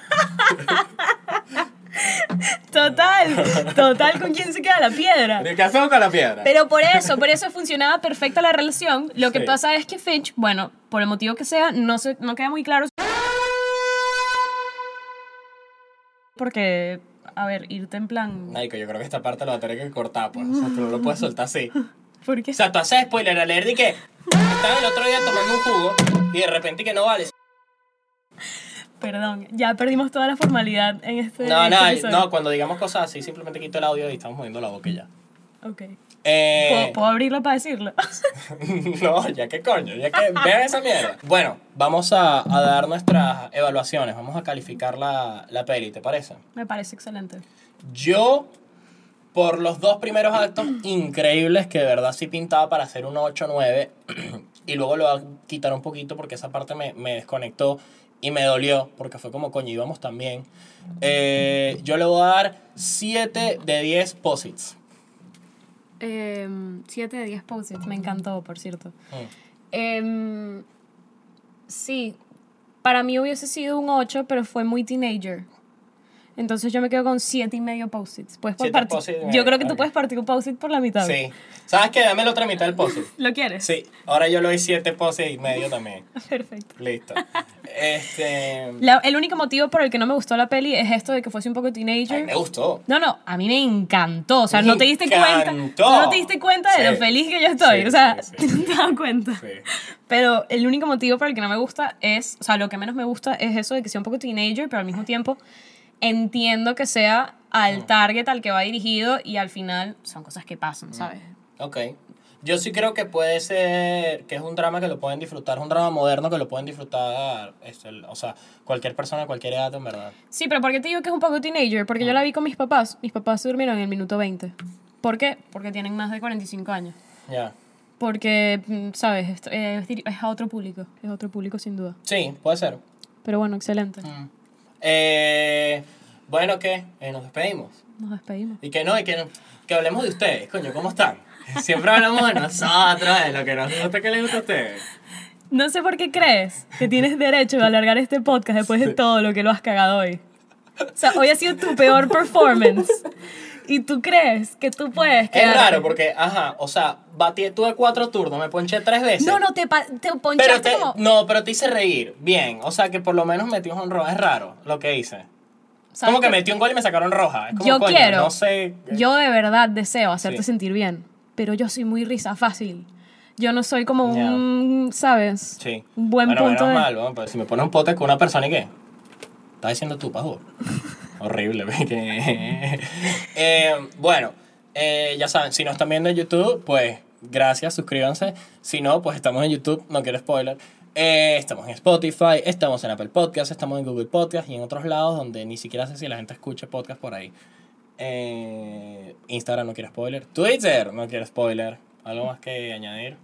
[SPEAKER 2] Total, total, con quién se queda la piedra.
[SPEAKER 1] ¿Qué hacemos con la piedra?
[SPEAKER 2] Pero por eso, por eso funcionaba perfecta la relación. Lo que
[SPEAKER 1] Sí.
[SPEAKER 2] pasa es que Finch, bueno, por el motivo que sea, no, se, no queda muy claro. Porque, a ver, irte en plan.
[SPEAKER 1] Marico, yo creo que esta parte lo va a tener que cortar, pues. O sea, tú no lo puedes soltar así.
[SPEAKER 2] ¿Por qué?
[SPEAKER 1] O sea, tú haces spoiler al leer de que estaba el otro día tomando un jugo y de repente que no vale.
[SPEAKER 2] Perdón, ya perdimos toda la formalidad en este.
[SPEAKER 1] No,
[SPEAKER 2] en este
[SPEAKER 1] no,
[SPEAKER 2] episodio.
[SPEAKER 1] no, cuando digamos cosas así, simplemente quito el audio y estamos moviendo la boca y ya.
[SPEAKER 2] Ok.
[SPEAKER 1] Eh,
[SPEAKER 2] ¿Puedo, puedo abrirlo para decirlo?
[SPEAKER 1] no, ya que coño, ya que vean esa mierda. Bueno, vamos a, a dar nuestras evaluaciones, vamos a calificar la, la peli, ¿te parece?
[SPEAKER 2] Me parece excelente.
[SPEAKER 1] Yo, por los dos primeros actos increíbles, que de verdad sí pintaba para hacer un 8-9, y luego lo voy a quitar un poquito porque esa parte me, me desconectó y me dolió, porque fue como coño, íbamos también. Eh, yo le voy a dar 7 de 10 posits.
[SPEAKER 2] 7 Em, de 10 post-its, me encantó, por cierto.
[SPEAKER 1] Mm.
[SPEAKER 2] Em, sí, para mí hubiese sido un 8, pero fue muy teenager. Entonces yo me quedo con 7 y medio post-its. Puedes
[SPEAKER 1] Siete
[SPEAKER 2] partir-
[SPEAKER 1] post-its y medio,
[SPEAKER 2] yo creo que tú
[SPEAKER 1] ok.
[SPEAKER 2] puedes partir un post-it por la mitad.
[SPEAKER 1] Sí. ¿Sabes qué? Dame la otra mitad del posit.
[SPEAKER 2] ¿Lo quieres?
[SPEAKER 1] Sí, ahora yo le doy 7 posits y medio también.
[SPEAKER 2] Perfecto.
[SPEAKER 1] Listo. Este.
[SPEAKER 2] La- el único motivo por el que no me gustó la peli es esto de que fuese un poco
[SPEAKER 1] ay,
[SPEAKER 2] teenager.
[SPEAKER 1] me gustó.
[SPEAKER 2] No, no, a mí me encantó. O sea,
[SPEAKER 1] Me
[SPEAKER 2] no te diste cuenta.
[SPEAKER 1] encantó.
[SPEAKER 2] No te diste cuenta de
[SPEAKER 1] Sí.
[SPEAKER 2] lo feliz que yo estoy.
[SPEAKER 1] Sí,
[SPEAKER 2] o sea,
[SPEAKER 1] sí,
[SPEAKER 2] tú
[SPEAKER 1] sí.
[SPEAKER 2] no te das cuenta.
[SPEAKER 1] Sí.
[SPEAKER 2] Pero el único motivo por el que no me gusta es, o sea, lo que menos me gusta es eso de que sea un poco teenager, pero al mismo tiempo entiendo que sea
[SPEAKER 1] Mm.
[SPEAKER 2] al target al que va dirigido y al final son cosas que
[SPEAKER 1] Mm.
[SPEAKER 2] pasan, ¿sabes?
[SPEAKER 1] Ok. Yo sí creo que puede ser que es un drama que lo pueden disfrutar, es un drama moderno que lo pueden disfrutar, este, el- o sea, cualquier persona de cualquier edad, en verdad.
[SPEAKER 2] Sí, pero ¿por qué te digo que es un poco teenager?
[SPEAKER 1] Mm.
[SPEAKER 2] Porque yo la vi con mis papás. Mis papás se durmieron en el minuto 20. ¿Por qué? Porque tienen más de 45 años.
[SPEAKER 1] Ya.
[SPEAKER 2] Porque, mm, ¿sabes? Esto- eh, Es, dir- es a otro público. Es a otro público sin duda.
[SPEAKER 1] Sí, puede ser.
[SPEAKER 2] Pero bueno, excelente.
[SPEAKER 1] Mm. Eh, bueno, ¿qué? Eh, nos despedimos.
[SPEAKER 2] Nos despedimos.
[SPEAKER 1] Y que no, y que, no- que hablemos de ustedes, coño, ¿cómo están? Siempre hablamos de nosotros, de lo que nos gusta, que les gusta a ustedes.
[SPEAKER 2] No sé por qué crees que tienes derecho a alargar este podcast después de todo lo que lo has cagado hoy. O sea, hoy ha sido tu peor performance. Y tú crees que tú puedes
[SPEAKER 1] Es
[SPEAKER 2] quedarte-
[SPEAKER 1] raro porque, ajá, o sea, batí, tuve cuatro turnos, me ponché tres veces.
[SPEAKER 2] No, no, te, pa- te ponchaste
[SPEAKER 1] Pero te,
[SPEAKER 2] como...
[SPEAKER 1] no, pero te hice reír. Bien. O sea, que por lo menos metí un roja. Es raro lo que hice.
[SPEAKER 2] ¿Sabes
[SPEAKER 1] Como que
[SPEAKER 2] qué?
[SPEAKER 1] metí un gol y me sacaron roja. Es como,
[SPEAKER 2] Yo
[SPEAKER 1] coño,
[SPEAKER 2] quiero.
[SPEAKER 1] No sé.
[SPEAKER 2] Yo de verdad deseo hacerte
[SPEAKER 1] Sí.
[SPEAKER 2] sentir bien. Pero yo soy muy risa fácil. Yo no soy como
[SPEAKER 1] Ya.
[SPEAKER 2] un... ¿Sabes?
[SPEAKER 1] Sí.
[SPEAKER 2] Un buen
[SPEAKER 1] bueno,
[SPEAKER 2] punto
[SPEAKER 1] menos
[SPEAKER 2] de...
[SPEAKER 1] mal, weón, pero si me pones un pote con una persona y qué. Estás diciendo tú, Pajú. Horrible, ve, que- Eh, bueno, eh, ya saben, si no están viendo en YouTube, pues gracias, suscríbanse. Si no, pues estamos en YouTube, no quiero spoiler. Eh, estamos en Spotify, estamos en Apple Podcasts, estamos en Google Podcasts y en otros lados donde ni siquiera sé si la gente escucha podcast por ahí. Eh, Instagram no quiero spoiler. Twitter no quiero spoiler. ¿Algo más que añadir?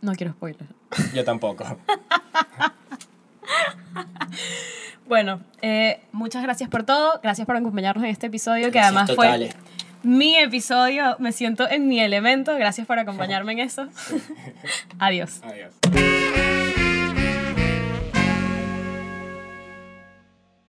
[SPEAKER 2] No quiero spoiler.
[SPEAKER 1] Yo tampoco.
[SPEAKER 2] Bueno, eh, muchas gracias por todo. Gracias por acompañarnos en este episodio que
[SPEAKER 1] Gracias
[SPEAKER 2] además
[SPEAKER 1] totales.
[SPEAKER 2] fue mi episodio. Me siento
[SPEAKER 1] Ah,
[SPEAKER 2] en mi elemento. Gracias por acompañarme en eso. Adiós.
[SPEAKER 1] Adiós.